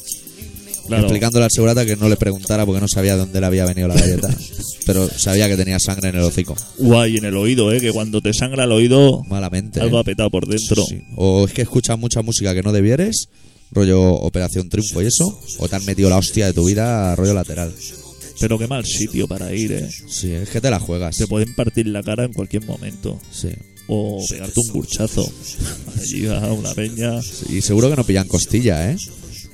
S2: Claro.
S1: Explicándole al segurata que no le preguntara porque no sabía de dónde le había venido la galleta. pero sabía que tenía sangre en el hocico.
S2: Guay en el oído, ¿eh? Que cuando te sangra el oído,
S1: Malamente. ¿eh?
S2: algo ha petado por dentro.
S1: Sí. O es que escuchas mucha música que no debieres, rollo Operación Triunfo y eso. O te han metido la hostia de tu vida a rollo lateral.
S2: Pero qué mal sitio para ir, ¿eh?
S1: Sí, es que te la juegas.
S2: Te pueden partir la cara en cualquier momento.
S1: Sí.
S2: O pegarte un burchazo. <laughs> Allí a una peña.
S1: Y seguro que no pillan costilla, ¿eh?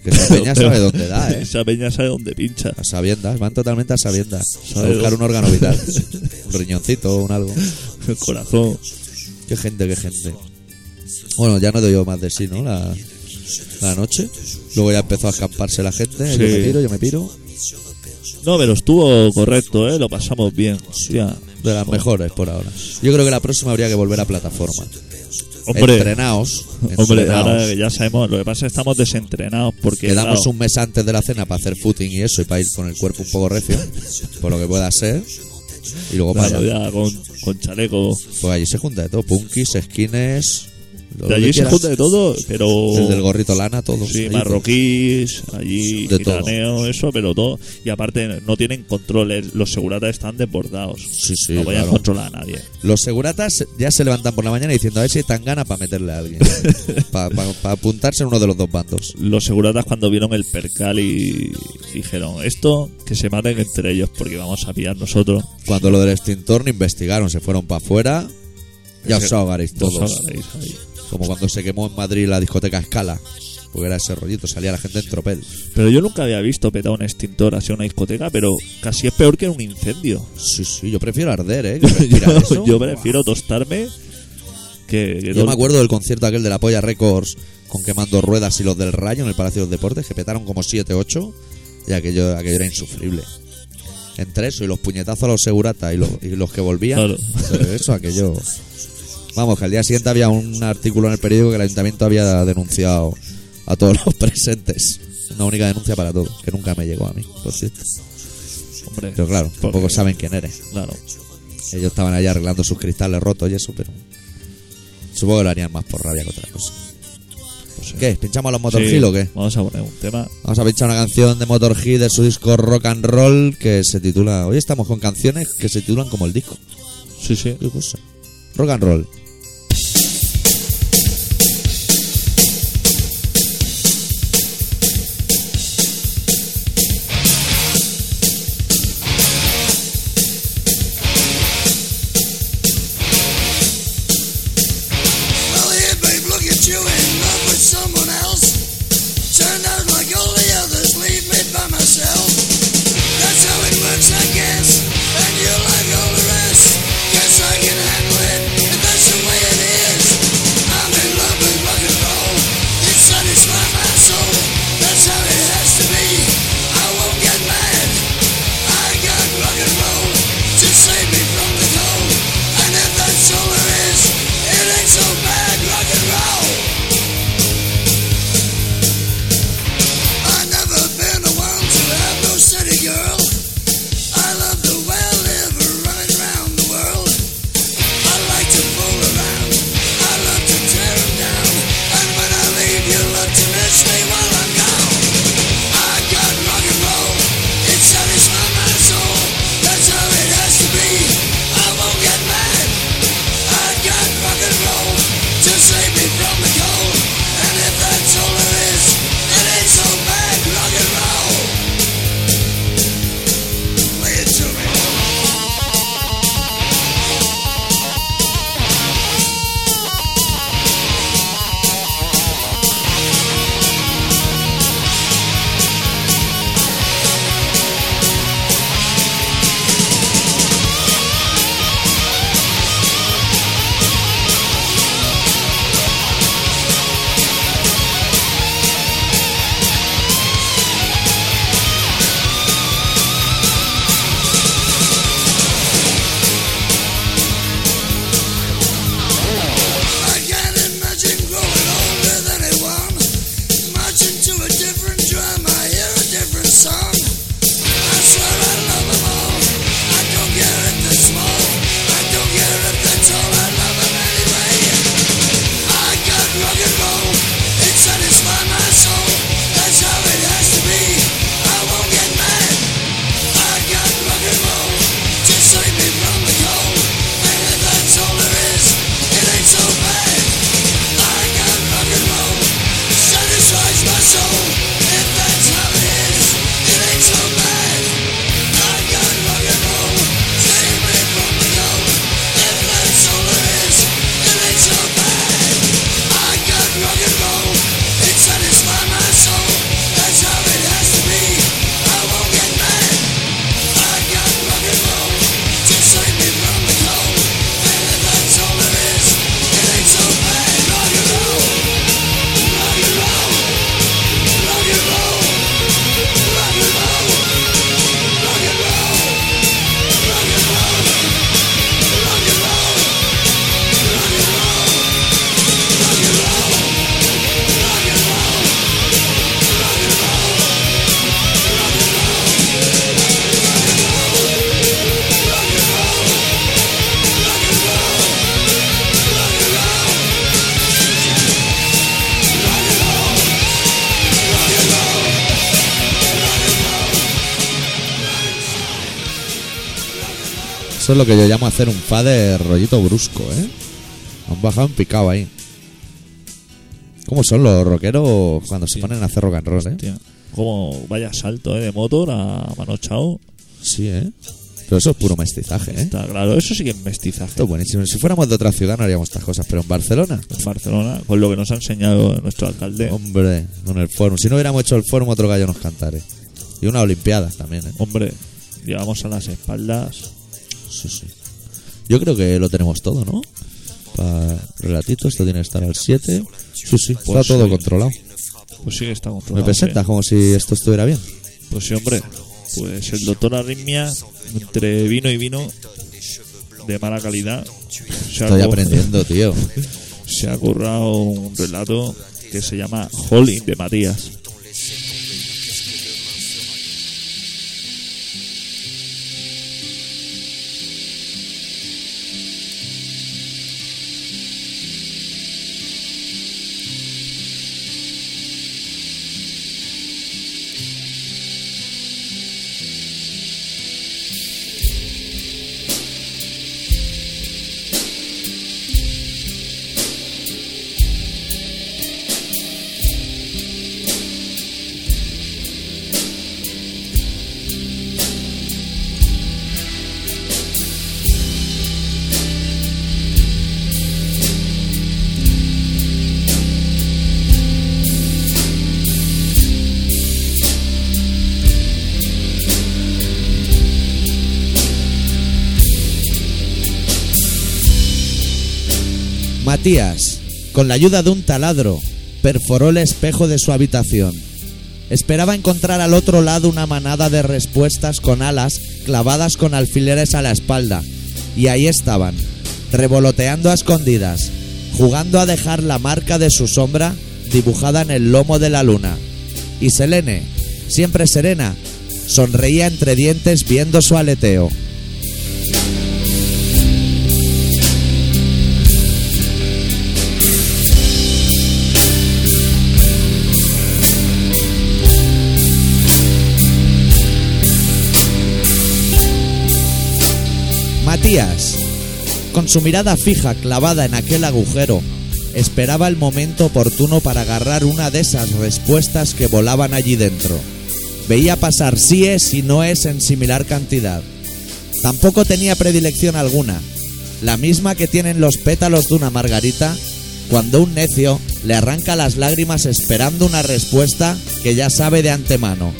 S1: Que
S2: <laughs>
S1: esa peña sabe dónde da, ¿eh?
S2: Esa peña sabe dónde pincha.
S1: A sabiendas, van totalmente a sabiendas. A
S2: Sabe
S1: buscar
S2: dónde.
S1: un órgano vital. un riñoncito, un algo.
S2: El corazón.
S1: Qué gente, qué gente. Bueno, ya no doy yo más de sí, ¿no? La, la noche. Luego ya empezó a escamparse la gente.
S2: Sí.
S1: Yo me piro, yo me piro.
S2: No, pero estuvo correcto, ¿eh? Lo pasamos bien. Hostia.
S1: De las mejores por ahora. Yo creo que la próxima habría que volver a plataforma.
S2: Hombre,
S1: entrenaos.
S2: <laughs> hombre
S1: entrenaos.
S2: ahora que ya sabemos, lo que pasa es que estamos desentrenados porque...
S1: Quedamos
S2: claro,
S1: un mes antes de la cena para hacer footing y eso, y para ir con el cuerpo un poco recio, por lo que pueda ser. Y luego para
S2: claro, ya con, con chaleco.
S1: Pues allí se junta de todo: punkis, skins. lo
S2: De
S1: que
S2: allí se
S1: quieras.
S2: junta de todo, pero...
S1: Desde el gorrito lana, todo.
S2: Sí,
S1: Ahí
S2: marroquíes, allí,
S1: De
S2: gitaneo, eso, pero todo. Y aparte, no tienen control, el- los seguratas están desbordados.
S1: Sí, sí,
S2: no vayan
S1: claro.
S2: a controlar a nadie.
S1: todo. Los seguratas ya se levantan por la mañana diciendo a ver si tan gana para meterle a
S2: <laughs>
S1: alguien. para apuntarse en uno de los dos bandos.
S2: Los seguratas, cuando vieron el percal y dijeron esto, que se maten entre ellos porque vamos a pillar nosotros.
S1: Cuando lo del extintor no investigaron, se fueron para afuera. Ya os
S2: Ese-
S1: ahogaréis
S2: Nos
S1: todos.
S2: ahogaréis ahí.
S1: Como cuando se quemó en Madrid la discoteca Escala. Porque era ese rollito, salía la gente en tropel.
S2: Pero yo nunca había visto petar un extintor así en una discoteca, pero casi es peor que un
S1: <laughs>
S2: incendio.
S1: Sí, sí, yo prefiero arder, ¿eh? que respirar eso.
S2: <laughs> yo prefiero tostarme que, que
S1: Yo
S2: todo-
S1: me acuerdo del concierto aquel de la Polla Records con quemando ruedas y los del Rayo en el Palacio de los Deportes, que petaron como 7, 8, y aquello, aquello era insufrible. Entre eso y los puñetazos a los seguratas y, los- y los que volvían, pues
S2: Claro.
S1: eso, aquello. Vamos, que al día siguiente había un artículo en el periódico que el ayuntamiento había denunciado a todos <laughs> los presentes. Una única denuncia para todos, que nunca me llegó a mí, por cierto.
S2: Hombre,
S1: Pero claro, tampoco
S2: Porque-
S1: saben quién eres.
S2: claro.
S1: Ellos estaban allá arreglando sus cristales rotos y eso, pero. Supongo que lo harían más por rabia que otra cosa.
S2: pues, eh,
S1: ¿Qué? ¿Pinchamos a los Motor
S2: sí,
S1: Hill o qué?
S2: Vamos a poner un tema.
S1: Vamos a pinchar una canción de Motor Hill de su disco Rock and Roll que se titula. Hoy estamos con canciones que se titulan como el disco.
S2: Sí, sí.
S1: Qué cosa. Rock and Roll.
S3: Well, here, babe, look at you in love with someone else. Turned out like all the others, leave me by myself. That's how it works, I guess. And you like all the rest. Guess I can handle it, and that's the way it is. I'm in love with rock and roll. It satisfies my soul. That's how it has to be. I won't get mad. I got rock and roll to save me from the cold. And if that's all there is, it ain't so bad, rock and roll. I never been the one to have no city girl. I love the way I live, running round the world. I like to fool around. I love to tear 'em down. And when I leave, you look to miss me while I'm gone. I got rock and roll. It satisfies my soul. That's how it has to be. I won't get mad. I got rock and roll to save me from the cold. And if that's all there is, it ain't so bad. Rock and roll. Play it to me.
S4: Rock
S1: Eso es lo que yo llamo hacer un fader rollito brusco, ¿eh? Han bajado en picado ahí. ¿Cómo son los rockeros cuando se
S2: Sí.
S1: ponen a hacer rock and roll, eh?
S2: Hostia, como vaya salto ¿eh? de motor a mano chao.
S1: Sí, ¿eh? Pero eso es puro mestizaje, ¿eh?
S2: Está claro, eso sí que es mestizaje.
S1: Esto es buenísimo. Si fuéramos de otra ciudad no haríamos estas cosas, pero en Barcelona,
S2: En Barcelona, con lo que nos ha enseñado nuestro alcalde.
S1: hombre, con el forum. Si no hubiéramos hecho el forum, otro gallo nos cantaré. Y una olimpiada también, ¿eh?
S2: Hombre, llevamos a las espaldas.
S1: Sí, sí. Yo creo que lo tenemos todo, ¿no? Para relatito, esto tiene que estar al 7. Sí, sí, está
S2: Pues
S1: todo
S2: sí.
S1: controlado.
S2: Pues sí que está controlado.
S1: Me presentas como si esto estuviera bien.
S2: sí. Pues sí, hombre. Pues el doctor Arritmia, entre vino y vino, de mala calidad. se ha
S1: Estoy
S2: cu-
S1: aprendiendo, tío.
S2: Se ha currado un relato que se llama Holling de Matías.
S1: Matías, con la ayuda de un taladro, perforó el espejo de su habitación. Esperaba encontrar al otro lado una manada de respuestas con alas clavadas con alfileres a la espalda. Y ahí estaban, revoloteando a escondidas, jugando a dejar la marca de su sombra dibujada en el lomo de la luna. Y Selene, siempre serena, sonreía entre dientes viendo su aleteo. Matías, con su mirada fija clavada en aquel agujero, esperaba el momento oportuno para agarrar una de esas respuestas que volaban allí dentro. Veía pasar sí es y no es en similar cantidad. Tampoco tenía predilección alguna, la misma que tienen los pétalos de una margarita cuando un necio le arranca las lágrimas esperando una respuesta que ya sabe de antemano.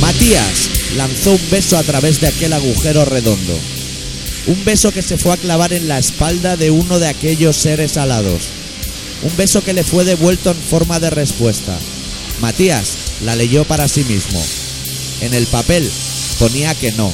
S1: Matías lanzó un beso a través de aquel agujero redondo. Un beso que se fue a clavar en la espalda de uno de aquellos seres alados. Un beso que le fue devuelto en forma de respuesta. Matías la leyó para sí mismo. En el papel ponía que no.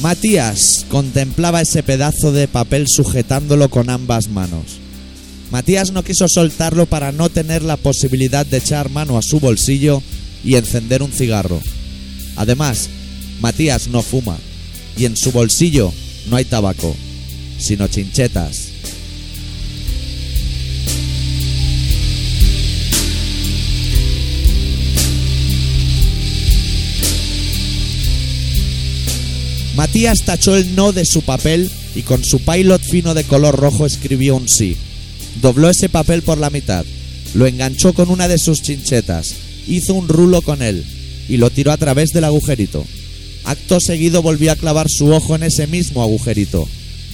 S1: Matías contemplaba ese pedazo de papel sujetándolo con ambas manos. Matías no quiso soltarlo para no tener la posibilidad de echar mano a su bolsillo y encender un cigarro. Además, Matías no fuma y en su bolsillo no hay tabaco, sino chinchetas. Matías tachó el no de su papel y con su pilot fino de color rojo escribió un sí. Dobló ese papel por la mitad, lo enganchó con una de sus chinchetas, hizo un rulo con él y lo tiró a través del agujerito. Acto seguido volvió a clavar su ojo en ese mismo agujerito.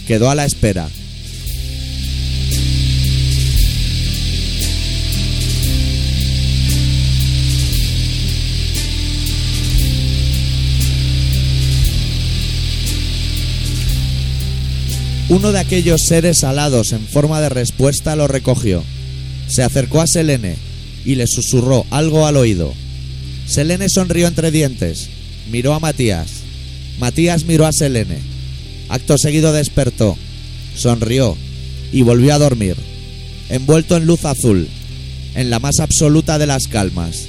S1: Quedó a la espera. Uno de aquellos seres alados en forma de respuesta lo recogió. Se acercó a Selene y le susurró algo al oído. Selene sonrió entre dientes, miró a Matías. Matías miró a Selene. Acto seguido despertó, sonrió y volvió a dormir, envuelto en luz azul, en la más absoluta de las calmas.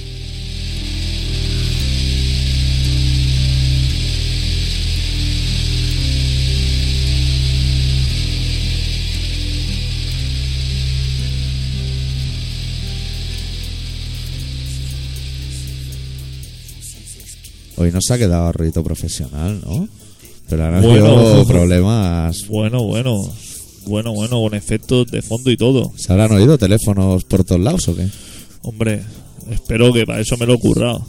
S1: Hoy nos ha quedado rito profesional, ¿no? Pero ahora han
S2: Bueno.
S1: habido problemas.
S2: Bueno, bueno. Bueno, bueno, con efectos de fondo y todo.
S1: ¿Se habrán oído teléfonos por todos lados o qué?
S2: Hombre, espero que para eso me lo he currado.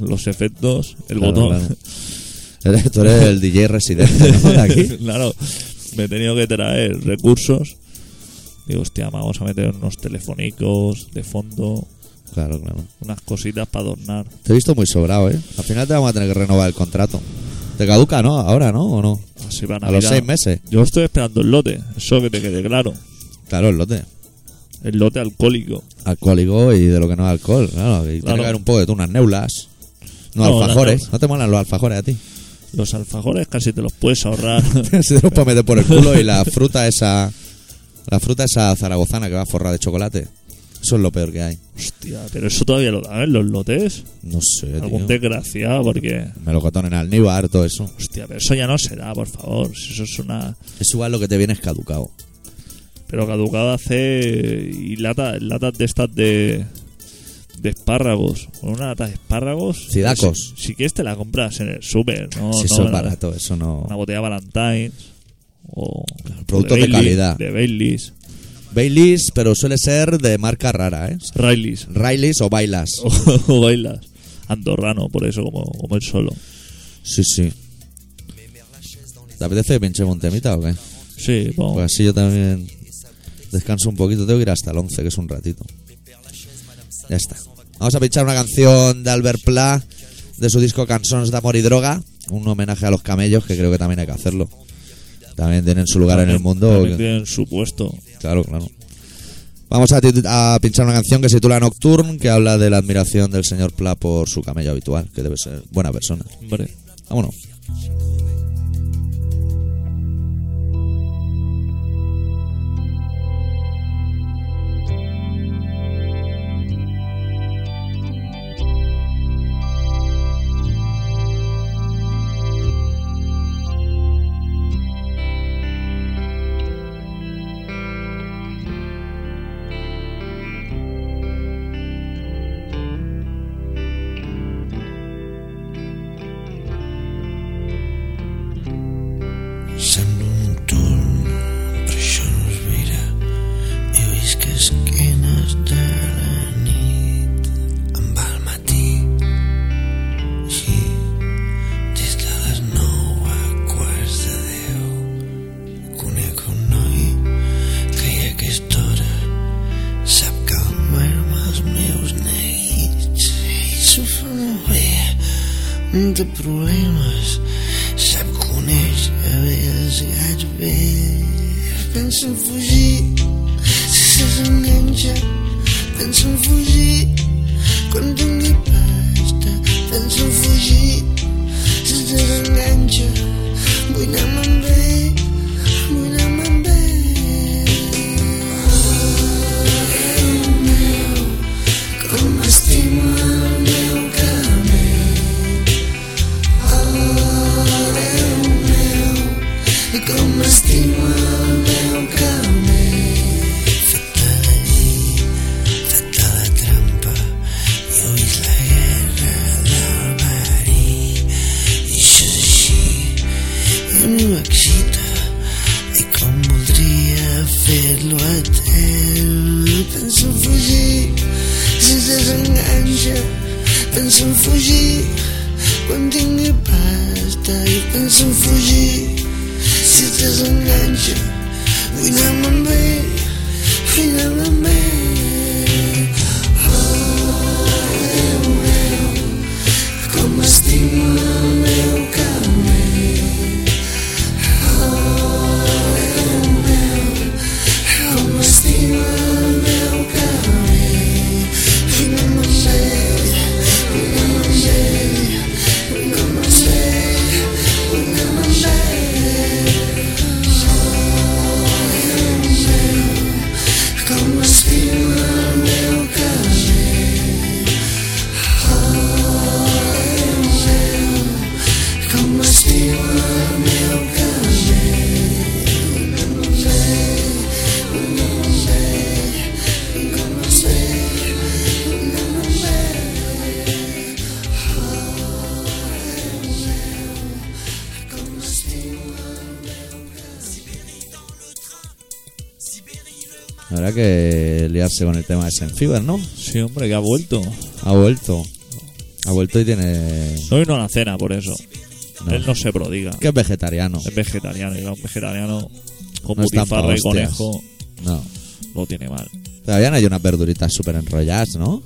S2: Los efectos, el
S1: Claro,
S2: botón.
S1: claro. Eres- Tú eres el DJ residente ¿no?
S2: <laughs>
S1: de aquí.
S2: claro, me he tenido que traer recursos. Digo, hostia, vamos a meter unos telefonicos de fondo,
S1: <laughs> Claro, claro.
S2: unas cositas para adornar.
S1: Te he visto muy sobrado, ¿eh? Al final te vamos a tener que renovar el contrato. Te caduca, ¿no? Ahora, ¿no? ¿O no?
S2: Así para
S1: A los
S2: Navidad.
S1: seis meses.
S2: Yo estoy esperando el lote, eso que te quede claro.
S1: Claro, el lote.
S2: El lote alcohólico.
S1: Alcohólico y de lo que no es alcohol. Claro, y tiene
S2: Claro.
S1: que haber un poco de tú, unas neulas. No,
S2: No,
S1: alfajores.
S2: las
S1: No te molan los alfajores a ti. <laughs>
S2: Los alfajores casi te los puedes ahorrar.
S1: Se te los puedes meter por el culo y la fruta esa. La fruta esa zaragozana que va forrada de chocolate. Eso es lo peor que hay.
S2: hostia, pero eso todavía lo dan en los lotes.
S1: No sé,
S2: Algún
S1: tío.
S2: desgraciado, porque.
S1: Melocotón en alníbar, todo eso.
S2: Hostia, pero eso ya no se da, por favor. Si eso es una.
S1: Es igual lo que te vienes caducado.
S2: Pero caducado hace. Y lata, latas de estas de. De espárragos. Con una lata de espárragos.
S1: Cidacos.
S2: Si, si quieres, te la compras en el súper. No,
S1: si
S2: no,
S1: eso es
S2: en la-
S1: barato, eso no.
S2: Una botella Valentine's. O.
S1: productos de
S2: o Baileys,
S1: calidad.
S2: De Baileys.
S1: Baileys, pero suele ser de marca rara, ¿eh?
S2: Riley's.
S1: Rileys o bailas.
S2: O, <laughs> o Bailas. Andorrano, por eso, como, como él solo.
S1: Sí, sí. ¿Te apetece que pinchemos un temita o qué?
S2: Sí, vamos.
S1: Pues así yo también descanso un poquito. Tengo que ir hasta el 11, que es un ratito. Ya está. Vamos a pinchar una canción de Albert Pla de su disco Canciones de Amor y Droga. Un homenaje a los camellos, que creo que también hay que hacerlo. También tienen su lugar en el mundo.
S2: También tienen su puesto.
S1: Claro, claro. Vamos a, titu- a pinchar una canción que se titula Nocturne, que habla de la admiración del señor Pla por su camello habitual, que debe ser buena persona. Ah,
S2: Hombre.
S1: Vámonos.
S5: Sembla un torn, per això no es veirà. Jo visc a esquenes de la nit, em va al matí. Així, des de les nou a quarts de deu, conec un noi que a aquesta hora sap calmar-me els meus neguits. Ell s'ho fa molt bé de problemes sap coneix a vegades gats bé pensa en fugir si se s'enganxa pensa en fugir quan tingui pasta pensa en fugir si se desenganxa vull anar amb ell vull anar amb ell Déu meu com m'estima el meu camí i com m'estimo el meu camí. Feta la llit, feta la trampa, jo he vist la guerra del verí. I això és així, i a mi m'excita, i com voldria fer-lo a terme. Penso en fugir, si es desenganxa, penso en fugir, quan tingui pasta i penso en fugir si es desenganxa vull anar amb ell vull anar amb ell oh Déu meu com m'estimo el meu camí oh Déu meu com m'estimo el meu camí vull anar amb ell vull anar amb ell vull anar amb ell vull anar amb ell Oh,
S1: Habrá que liarse con el tema de Senfiber, ¿no?
S2: Sí, hombre, que ha vuelto.
S1: Ha vuelto. Ha vuelto y tiene.
S2: No vino a la cena por eso.
S1: No.
S2: Él no se prodiga.
S1: Que es vegetariano.
S2: Es vegetariano, y era un vegetariano con
S1: No es tan
S2: butifarra y
S1: pa' hostias.
S2: conejo.
S1: No.
S2: Lo tiene mal.
S1: Todavía no hay unas verduritas súper enrolladas, ¿no?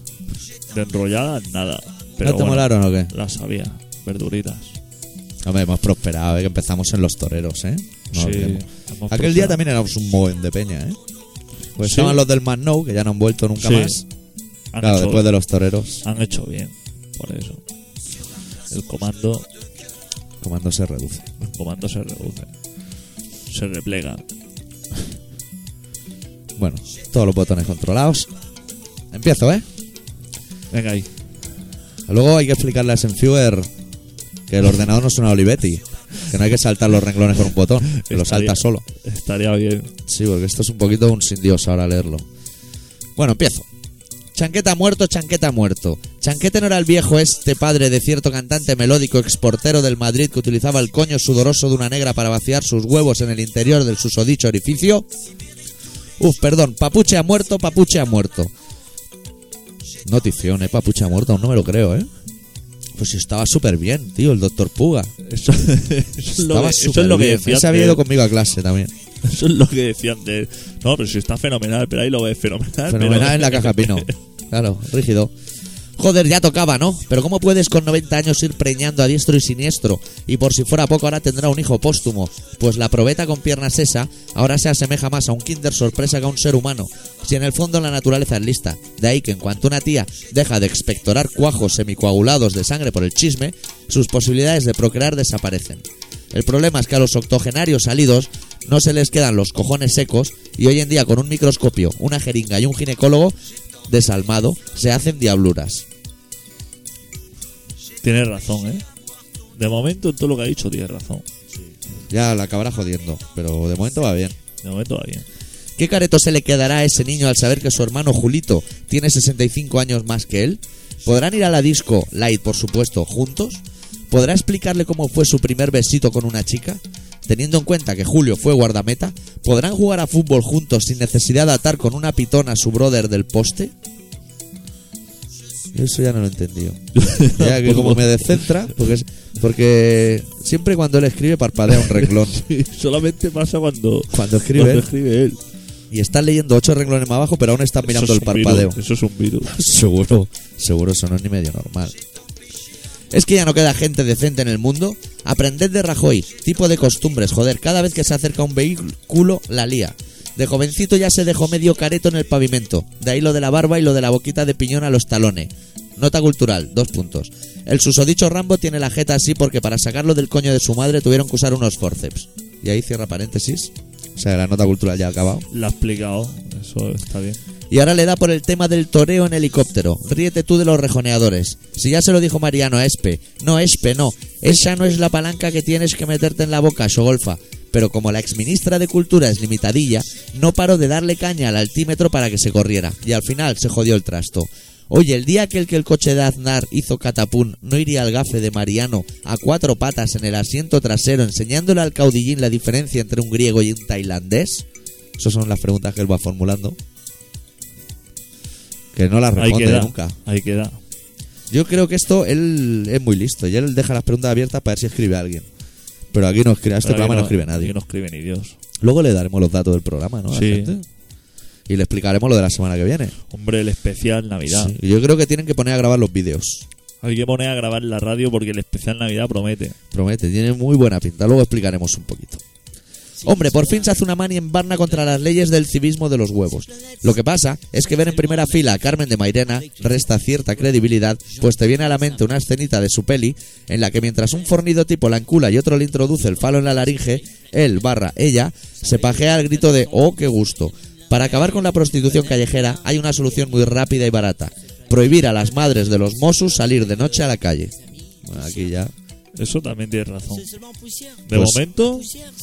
S2: De enrollada, nada. Pero
S1: ¿No te
S2: bueno,
S1: molaron o qué?
S2: Las había, verduritas.
S1: Hombre, hemos prosperado, ¿eh? que empezamos en los toreros, ¿eh? No
S2: Sí,
S1: olvidemos.
S2: hemos
S1: Aquel día
S2: prosperado.
S1: también éramos un mogollón de peña, ¿eh? Pues
S2: Sí.
S1: estaban los del Man No, que ya no han vuelto nunca
S2: Sí. Ah,
S1: más.
S2: Han,
S1: Claro,
S2: hecho,
S1: después de los toreros,
S2: han hecho bien, por eso. El comando,
S1: el comando se reduce.
S2: el comando se reduce. Se replega.
S1: Bueno, todos los botones controlados. Empiezo, ¿eh?
S2: Venga ahí.
S1: Luego hay que explicarle a Senfuer que el ordenador no es una Olivetti. Que no hay que saltar los renglones con un botón, que lo
S2: Estaría-
S1: salta solo.
S2: Estaría bien.
S1: Sí, porque esto es un poquito un sin Dios ahora leerlo. Bueno, empiezo. Chanqueta muerto, chanqueta muerto. Chanquete no era el viejo este padre de cierto cantante melódico exportero del Madrid que utilizaba el coño sudoroso de una negra para vaciar sus huevos en el interior del susodicho orificio. Uf, perdón, Papuche ha muerto, Papuche ha muerto. Notición, eh, Papuche ha muerto, aún no me lo creo, eh. Pues si estaba súper bien, tío, el doctor Puga.
S2: Eso, <laughs> eso es lo que,
S1: Estaba
S2: eso es lo que
S1: superbién.
S2: decía
S1: Ese había
S2: antes.
S1: ido conmigo a clase también.
S2: Eso es lo que decía antes. No, pero si está fenomenal, pero ahí lo ves, fenomenal.
S1: Fenomenal
S2: pero-
S1: en
S2: <laughs>
S1: la caja pino. Claro, rígido. Joder, ya tocaba, ¿no? Pero ¿cómo puedes con 90 años ir preñando a diestro y siniestro? Y por si fuera poco, ahora tendrá un hijo póstumo. Pues la probeta con piernas esa ahora se asemeja más a un kinder sorpresa que a un ser humano. Si en el fondo la naturaleza es lista. De ahí que en cuanto una tía deja de expectorar cuajos semicoagulados de sangre por el chisme, sus posibilidades de procrear desaparecen. El problema es que a los octogenarios salidos no se les quedan los cojones secos y hoy en día con un microscopio, una jeringa y un ginecólogo desalmado se hacen diabluras.
S2: Tienes razón, ¿eh? De momento, en todo lo que ha dicho, tienes razón.
S1: Ya la acabará jodiendo, pero de momento va bien.
S2: De momento va bien.
S1: <laughs> ¿Qué careto se le quedará a ese niño al saber que su hermano Julito tiene 65 años más que él? ¿Podrán ir a la disco, light por supuesto, juntos? ¿Podrá explicarle cómo fue su primer besito con una chica? Teniendo en cuenta que Julio fue guardameta, ¿podrán jugar a fútbol juntos sin necesidad de atar con una pitona a su brother del poste? Eso ya no lo he entendido. Ya que como me descentra, porque, es- porque siempre cuando él escribe parpadea un renglón.
S2: Sí, solamente pasa cuando,
S1: Cuando escribe
S2: cuando
S1: él.
S2: escribe él.
S1: Y estás leyendo ocho renglones más abajo, pero aún estás mirando
S2: Eso
S1: el
S2: es un
S1: parpadeo.
S2: virus, eso es un virus.
S1: <laughs> Seguro, seguro eso no es ni medio normal. Es que ya no queda gente decente en el mundo. Aprended de Rajoy, tipo de costumbres, joder, cada vez que se acerca un vehículo la lía. De jovencito ya se dejó medio careto en el pavimento, de ahí lo de la barba y lo de la boquita de piñón a los talones. Nota cultural, dos puntos. El susodicho Rambo tiene la jeta así porque para sacarlo del coño de su madre tuvieron que usar unos forceps. Y ahí cierra paréntesis. O sea, la nota cultural ya ha acabado.
S2: Lo ha explicado. Eso está bien.
S1: Y ahora le da por el tema del toreo en helicóptero. Ríete tú de los rejoneadores. Si ya se lo dijo Mariano a Espe. No, Espe, no. Esa no es la palanca que tienes que meterte en la boca, Sogolfa. Pero como la exministra de Cultura es limitadilla, no paró de darle caña al altímetro para que se corriera. Y al final se jodió el trasto. Oye, el día aquel que el coche de Aznar hizo catapún, ¿no iría al gafe de Mariano a cuatro patas en el asiento trasero enseñándole al caudillín la diferencia entre un griego y un tailandés? Esas son las preguntas que él va formulando. Que no las
S2: Ahí
S1: responde
S2: queda.
S1: nunca.
S2: Ahí queda.
S1: Yo creo que esto él es muy listo y él deja las preguntas abiertas para ver si escribe a alguien. Pero aquí no escribe, a este
S2: Ahora
S1: programa
S2: que
S1: no, escribe nadie.
S2: que No escribe ni Dios.
S1: Luego le daremos los datos del programa, ¿no? A la
S2: Sí.
S1: gente. Y le explicaremos lo de la semana que viene.
S2: Hombre, el especial Navidad.
S1: Sí. Yo creo que tienen que poner a grabar los vídeos.
S2: Hay que poner a grabar en la radio porque el especial Navidad promete.
S1: Promete, tiene muy buena pinta. Luego explicaremos un poquito. Hombre, por fin se hace una mani en Barna contra las leyes del civismo de los huevos. Lo que pasa es que ver en primera fila a Carmen de Mairena resta cierta credibilidad, pues te viene a la mente una escenita de su peli en la que mientras un fornido tipo la encula y otro le introduce el falo en la laringe, él barra ella se pajea al grito de ¡Oh, qué gusto! Para acabar con la prostitución callejera hay una solución muy rápida y barata. Prohibir a las madres de los Mossos salir de noche a la calle. Bueno, aquí ya.
S2: Eso también tienes razón. De
S1: Pues-
S2: momento,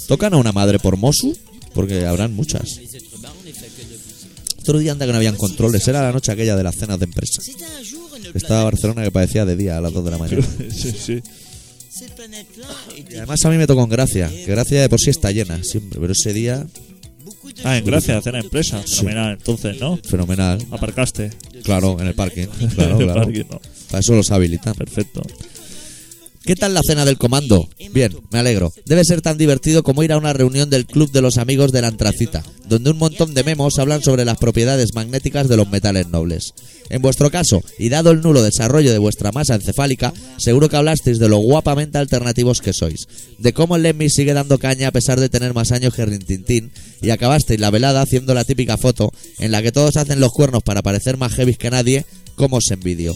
S1: ¿Tocan a una madre por Mosu? Porque habrán muchas. Otro día anda que no habían controles. Era la noche aquella de las cenas de empresa. Estaba Barcelona que parecía de día a las 2 de la mañana.
S2: <laughs> sí, sí.
S1: Y además a mí me tocó en Gracia. Que Gracia de por sí está llena siempre. Pero ese día
S2: Ah, en Gracia, cena empresa. Fenomenal, entonces, ¿no?
S1: Fenomenal.
S2: Aparcaste.
S1: Claro, en el
S2: <laughs>
S1: parking. Claro,
S2: En el
S1: claro.
S2: parking, no.
S1: Para eso los habilitan.
S2: Perfecto.
S1: ¿Qué tal la cena del comando? Bien, me alegro. Debe ser tan divertido como ir a una reunión del Club de los Amigos de la Antracita, donde un montón de memos hablan sobre las propiedades magnéticas de los metales nobles. En vuestro caso, y dado el nulo desarrollo de vuestra masa encefálica, seguro que hablasteis de lo guapamente alternativos que sois, de cómo el Lemmy sigue dando caña a pesar de tener más años que Rintintín, y acabasteis la velada haciendo la típica foto en la que todos hacen los cuernos para parecer más heavy que nadie, como os envidio.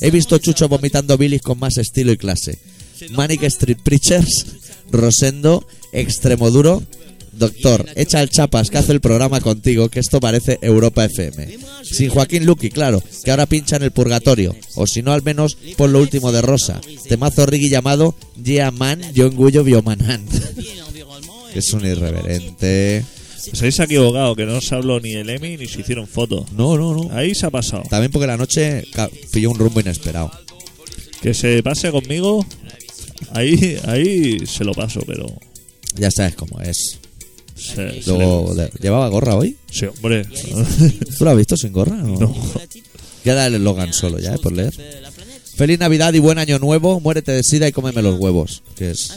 S1: He visto Chucho vomitando bilis con más estilo y clase. Manic Street Preachers, Rosendo, Extremoduro. Doctor, echa el chapas que hace el programa contigo, que esto parece Europa FM. Sin Joaquín Luqui, claro, que ahora pincha en el purgatorio. O si no, al menos por lo último de Rosa. Temazo Riggy llamado Yeah Man, yo engullo biomanán. es un irreverente.
S2: Os habéis equivocado, que no os habló ni el Emmy ni se hicieron fotos.
S1: No, no, no.
S2: Ahí se ha pasado.
S1: También porque la noche ca- pilló un rumbo inesperado.
S2: Que se pase conmigo, ahí, ahí se lo paso, pero.
S1: Ya sabes cómo es.
S2: se- se
S1: Luego, le- ¿llevaba gorra hoy?
S2: le- sí, hombre.
S1: <laughs> ¿Tú lo has visto sin gorra? o
S2: No.
S1: Ya da el eslogan solo, ya, eh, por leer. Feliz Navidad y buen año nuevo. Muérete de sida y cómeme los huevos. Que es.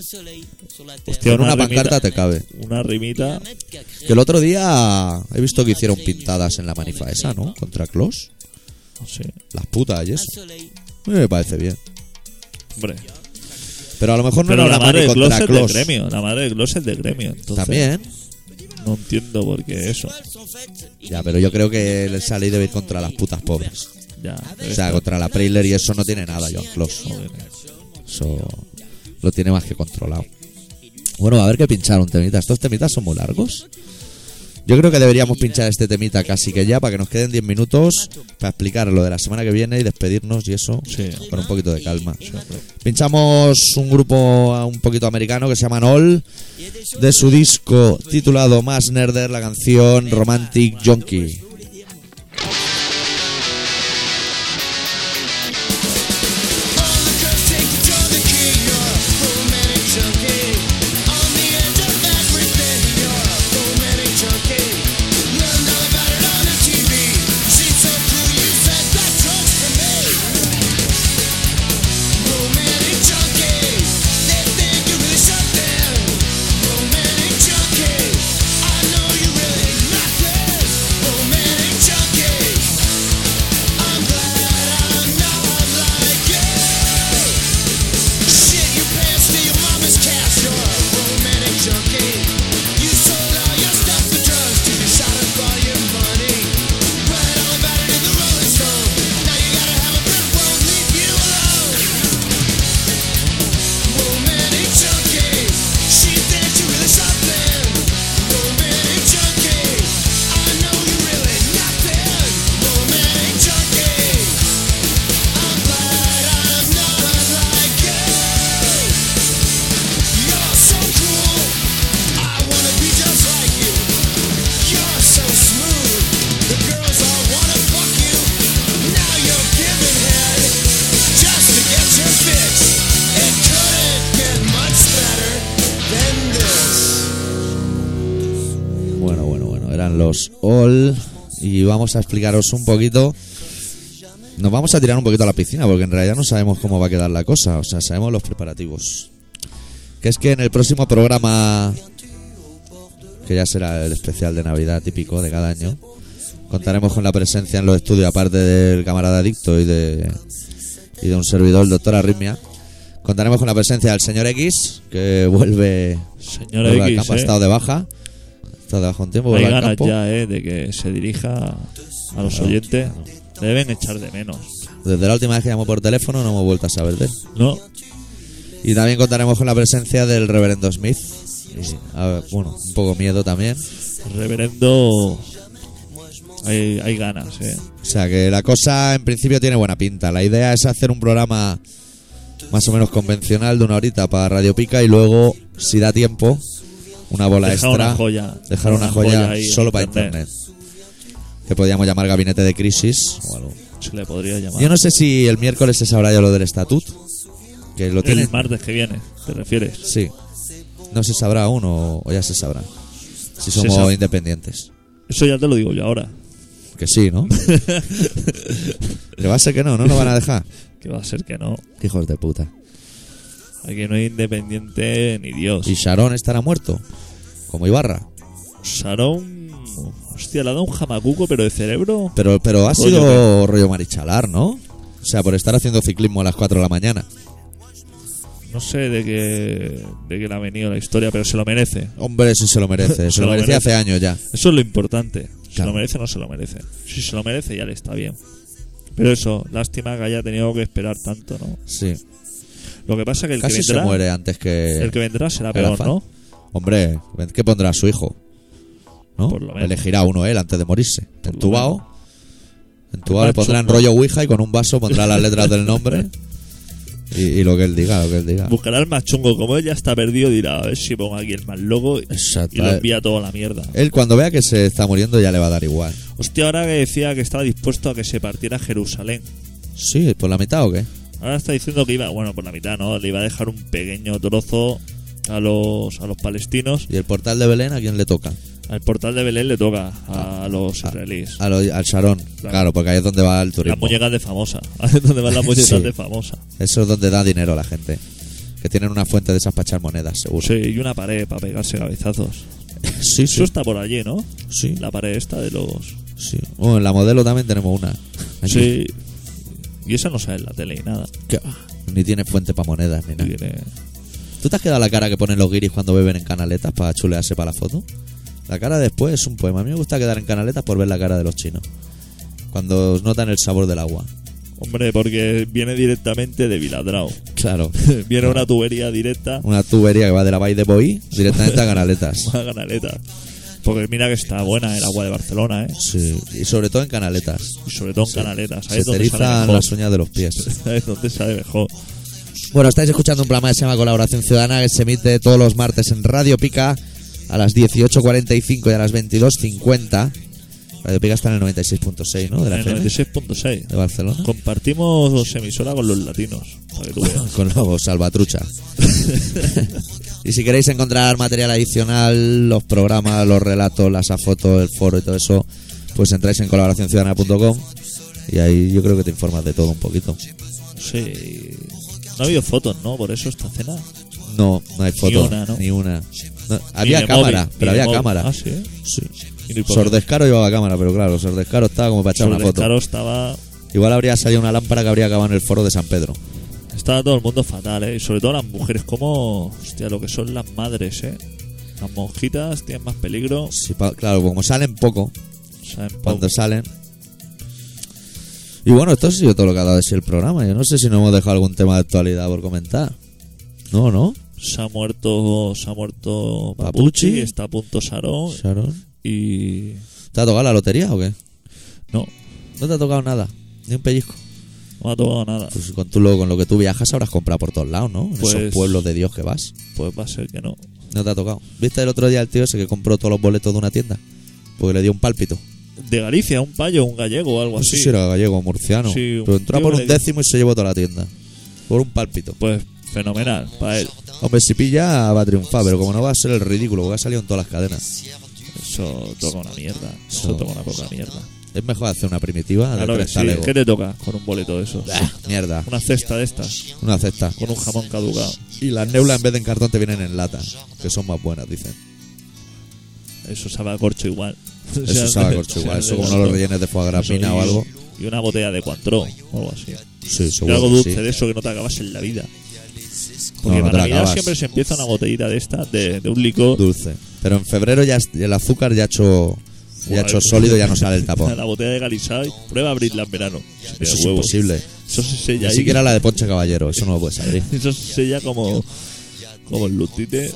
S2: Hostia,
S1: Con una
S2: rimita-
S1: pancarta te cabe.
S2: Una rimita.
S1: Que el otro día he visto que hicieron pintadas en la manifa esa, ¿no? Contra Klaus.
S2: Sí,
S1: Las putas y eso. A mí me parece bien.
S2: hombre.
S1: Pero a lo mejor no
S2: Pero
S1: era
S2: la
S1: una mani
S2: madre de Gloss
S1: contra
S2: es de
S1: Klaus.
S2: gremio. La madre de Gloss es de gremio. Entonces,
S1: También.
S2: No entiendo por qué eso.
S1: Ya, pero yo creo que esa ley debe ir contra las putas pobres.
S2: Ya.
S1: O sea, contra la Prailer y eso no tiene nada, John Klaus. Eso lo tiene más que controlado. Bueno, a ver qué pincharon temitas. Estos temitas son muy largos. Yo creo que deberíamos pinchar este temita casi que ya para que nos queden 10 minutos para explicar lo de la semana que viene y despedirnos y eso
S2: Sí.
S1: con un poquito de calma. Pinchamos un grupo un poquito americano que se llama All de su disco titulado Más Nerder, la canción Romantic Junkie. Bueno, bueno, bueno, eran los All y vamos a explicaros un poquito. Nos vamos a tirar un poquito a la piscina porque en realidad no sabemos cómo va a quedar la cosa, o sea, sabemos los preparativos. Que es que en el próximo programa, que ya será el especial de Navidad típico de cada año, contaremos con la presencia en los estudios, aparte del camarada adicto y de, y de un servidor, el doctor Arritmia, contaremos con la presencia del señor X, que vuelve
S2: Señora
S1: Vuelve al
S2: X,
S1: campo, ha
S2: eh.
S1: estado de baja. Ha estado de baja un tiempo,
S2: Hay
S1: vuelve al
S2: ganas
S1: campo.
S2: ya, eh, de que se dirija a los oyentes. Le Deben echar de menos.
S1: Desde la última vez que llamó por teléfono no hemos vuelto a saber de él.
S2: No,
S1: Y también contaremos con la presencia del reverendo Smith. Y, a ver, bueno, un poco miedo también.
S2: reverendo. Hay, hay ganas, eh.
S1: O sea que la cosa en principio tiene buena pinta. La idea es hacer un programa más o menos convencional de una horita para Radio Pica y luego, si da tiempo, una bola
S2: Dejar
S1: extra.
S2: una joya.
S1: Dejar una, joya,
S2: ahí en
S1: solo para internet. Que podríamos llamar gabinete de crisis o algo.
S2: Se le podría llamar.
S1: Yo no sé si el miércoles se sabrá ya lo del estatut. Que lo tienen.
S2: El martes que viene, ¿te refieres?
S1: Sí. No se sabrá aún o, o ya se sabrá. Si
S2: Se
S1: somos
S2: sabe.
S1: independientes.
S2: Eso ya te lo digo yo ahora.
S1: Que sí,
S2: <laughs>
S1: ¿no? que va a ser que no, no nos van a dejar.
S2: Que va a ser que no.
S1: Qué Hijos de puta.
S2: Aquí no hay independiente ni Dios.
S1: ¿Y Sharon estará muerto? Como Ibarra.
S2: Sharon. Hostia, le ha dado un jamacuco, pero de cerebro.
S1: Pero, pero ha
S2: Rollo
S1: sido rollo marichalar, ¿no? O sea, por estar haciendo ciclismo a las 4 de la mañana.
S2: No sé de qué, de qué le ha venido la historia, pero se lo merece.
S1: Hombre, si se lo
S2: <laughs>
S1: merece. Se
S2: Se
S1: lo
S2: lo
S1: merecía
S2: merece.
S1: hace años ya.
S2: Eso es lo importante. ¿Se
S1: Claro.
S2: lo merece o no se lo merece? Si se lo merece, ya le está bien. Pero eso, lástima que haya tenido que esperar tanto, ¿no?
S1: Sí.
S2: Lo que pasa es que el que
S1: Casi
S2: vendrá.
S1: se muere antes que...
S2: El que vendrá será
S1: Era
S2: peor,
S1: fan.
S2: ¿no?
S1: Hombre, ¿qué pondrá a su hijo? ¿No?
S2: Por lo menos.
S1: Elegirá uno él antes de morirse.
S2: lo
S1: Entubado. Entubado le
S2: Macho,
S1: pondrán
S2: por-
S1: rollo Ouija y con un vaso pondrá las letras del nombre. Y, y lo que él diga, lo que él diga.
S2: Buscará el más chungo. Como él ya está perdido, dirá, a ver si pongo aquí el más loco y,
S1: Exacto. eh.
S2: y lo envía todo a la mierda.
S1: Él cuando vea que se está muriendo ya le va a dar igual.
S2: Hostia, ahora que decía que estaba dispuesto a que se partiera Jerusalén.
S1: Sí, por la mitad o qué.
S2: Ahora está diciendo que iba, bueno, por la mitad, ¿no? Le iba a dejar un pequeño trozo a los, a los palestinos.
S1: ¿Y el portal de Belén a quién le toca?
S2: Al portal de Belén le toca a los
S1: Ah.
S2: israelíes.
S1: A lo- al Sharon. Claro. porque ahí es donde va el
S2: Las
S1: turismo.
S2: muñecas de famosa. <laughs> Ahí es donde van las muñecas
S1: Sí.
S2: de famosa.
S1: Eso es donde da dinero a la gente. Que tienen una fuente de esas para echar monedas, seguro.
S2: Sí, y una pared para pegarse cabezazos.
S1: <laughs> sí,
S2: Eso
S1: Pues sí.
S2: está por allí, ¿no?
S1: Sí.
S2: La pared esta de los.
S1: sí. Bueno, en la modelo también tenemos una. Aquí.
S2: Sí. Y esa no sale en la tele ni nada.
S1: Que va, Ni tiene fuente para monedas ni nada.
S2: Tiene-
S1: ¿Tú te has quedado la cara que ponen los guiris cuando beben en canaletas para chulearse para la foto? La cara después es un poema. A mí me gusta quedar en canaletas por ver la cara de los chinos. Cuando notan el sabor del agua.
S2: Hombre, porque viene directamente de
S1: <laughs>
S2: Viladrao.
S1: Claro.
S2: viene una tubería directa
S1: Una tubería que va de la Bay de Boí directamente a <laughs>
S2: <laughs>
S1: canaletas.
S2: a Canaleta. Porque mira que está buena el agua de Barcelona, ¿eh?
S1: Sí. Y sobre todo en canaletas.
S2: Y sobre todo en Canaletas. Ahí
S1: Se
S2: es donde sale
S1: terizan
S2: mejor.
S1: las uñas de los pies.
S2: <laughs> Ahí es donde sale mejor.
S1: Bueno, estáis escuchando un programa que se llama Colaboración Ciudadana que se emite todos los martes en Radio Pica a las 18.45 y a las 22.50. Radio Pica está en el 96.6, ¿no? De la
S2: En el
S1: FM
S2: 96.6.
S1: de Barcelona.
S2: Compartimos emisora con los latinos. Para que tú veas.
S1: Con los salvatrucha. <laughs> y si queréis encontrar material adicional, los programas, los relatos, las fotos, el foro y todo eso, pues entráis en colaboracionciudadana.com y ahí yo creo que te informas de todo un poquito.
S2: Sí. No ha habido fotos, ¿no? Por eso esta cena.
S1: No, no hay foto.
S2: una, ¿no?
S1: una. No, había
S2: Ni de
S1: cámara,
S2: móvil, ni
S1: pero
S2: de
S1: había
S2: móvil.
S1: cámara.
S2: Ah, sí.
S1: Sí.
S2: Y no hay por qué.
S1: Sordescaro llevaba cámara, pero claro, Sordescaro estaba como para echar una
S2: Sobre el
S1: foto.
S2: Caro estaba.
S1: Igual habría salido una lámpara que habría acabado en el foro de San Pedro.
S2: Estaba todo el mundo fatal, ¿eh? Y sobre todo las mujeres, como. Hostia, lo que son las madres, ¿eh? Las monjitas tienen más peligro.
S1: Sí, pa- claro, como salen poco,
S2: saben poco.
S1: cuando salen. Y bueno, esto ha sido todo lo que ha dado de sí el programa. Yo no sé si nos hemos dejado algún tema de actualidad por comentar. No, no.
S2: Se ha muerto. Se ha muerto
S1: Papuchi.
S2: Papuchi. Está a punto Sarón.
S1: Sharon.
S2: Y.
S1: ¿Te ha tocado la lotería o qué?
S2: No,
S1: No te ha tocado nada, ni un pellizco.
S2: no ha tomado nada.
S1: Pues con, tú, lo- con lo que tú viajas habrás comprado por todos lados, ¿no? En esos
S2: Pues-
S1: pueblos de Dios que vas.
S2: Pues va a ser que no.
S1: No te ha tocado. ¿Viste el otro día el tío ese que compró todos los boletos de una tienda? Porque le dio un pálpito.
S2: De Galicia, un payo, un gallego o algo
S1: No sé
S2: así.
S1: si era gallego o murciano.
S2: Pues Sí, un
S1: pero entró a
S2: tío
S1: por
S2: que
S1: un
S2: le-
S1: décimo y se llevó toda la tienda. Por un pálpito.
S2: Pues fenomenal para él.
S1: Hombre, si pilla va a triunfar, pero como no va a ser el ridículo, porque ha salido en todas las cadenas.
S2: Eso toca una mierda. Eso
S1: No.
S2: toca una poca mierda.
S1: Es mejor hacer una primitiva de
S2: Claro que
S1: tres
S2: sí.
S1: talegos.
S2: ¿Qué te toca con un boleto de esos?
S1: Bah, mierda,
S2: Una cesta de estas,
S1: una cesta.
S2: con un jamón caducado.
S1: Y las neulas en vez de en cartón te vienen en lata, que son más buenas, dicen.
S2: Eso sabe a corcho igual. O
S1: <laughs>
S2: sea,
S1: Eso sabe a corcho
S2: <laughs> o sea,
S1: igual, eso
S2: de
S1: como no lo
S2: esto.
S1: rellenes de foie gras
S2: Eso,
S1: fina
S2: y-
S1: o algo.
S2: Y una botella de cuantro o algo así.
S1: Sí,
S2: Y algo
S1: seguro que
S2: dulce
S1: sí.
S2: de eso que no te acabas en la vida.
S1: No,
S2: Porque
S1: no te
S2: para
S1: la
S2: Navidad
S1: acabas.
S2: siempre se empieza una botellita de esta, de, de un licor.
S1: Dulce. Pero en febrero ya es- el azúcar ya ha hecho, ya ha hecho sólido,
S2: <laughs>
S1: ya no sale el tapón.
S2: la botella de Galisay, prueba a abrirla en verano.
S1: Eso es
S2: Huevo.
S1: imposible.
S2: Eso se sella
S1: Ni
S2: ahí.
S1: siquiera la de Ponche Caballero, eso no lo puedes abrir.
S2: Eso se sella como, como el lutite.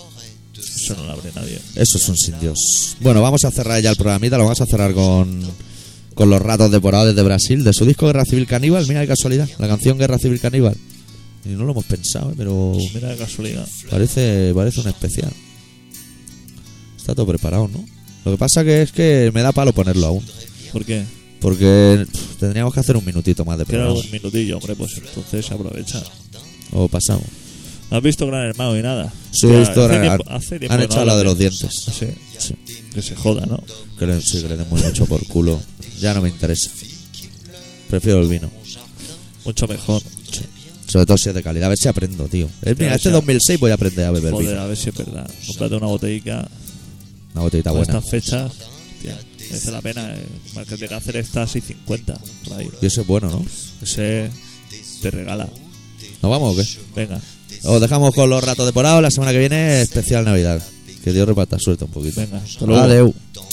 S2: Eso no lo abre nadie.
S1: Eso es un sin Dios. Bueno, vamos a cerrar ya el programita, lo vamos a cerrar con, con los ratos devorados desde Brasil, de su disco Guerra Civil Caníbal. Mira qué casualidad, la canción Guerra Civil Caníbal. Y no lo hemos pensado, eh, pero
S2: Pues mira la casualidad.
S1: parece, parece un especial. Está todo preparado, ¿no? Lo que pasa que es que me da palo ponerlo aún.
S2: ¿Por qué?
S1: Porque pff, tendríamos que hacer un minutito más de
S2: Queda
S1: programa.
S2: un minutillo, hombre, pues entonces aprovecha.
S1: O pasamos.
S2: No has visto Gran Hermano y nada.
S1: Sí,
S2: Ya,
S1: esto
S2: hace
S1: han-
S2: tiempo- hace tiempo
S1: han
S2: que no
S1: echado la de
S2: hablan Ah,
S1: los dientes.
S2: Sí. Que se joda, ¿no?
S1: Que le, sí, que le den mucho por culo. Ya no me interesa. Prefiero el vino.
S2: Mucho mejor.
S1: Sobre todo si es de calidad. A ver si aprendo, tío. Eh,
S2: Pero
S1: Mira, este
S2: ya-
S1: 2006 voy a aprender a beber
S2: Joder,
S1: vino.
S2: a ver si es verdad. Comprate una botellica
S1: Una botellita
S2: con
S1: buena.
S2: estas fechas. Hostia, merece la pena. eh. Marca de Cáceres está a 6.50. Por ahí.
S1: Y eso es bueno, ¿no?
S2: Ese te regala.
S1: ¿Nos vamos o qué?
S2: Venga,
S1: Os dejamos con los ratos de por ahora. La semana que viene, especial Navidad. Que Dios reparta suerte un poquito.
S2: venga. Hasta luego.
S1: Adeu.
S5: Don't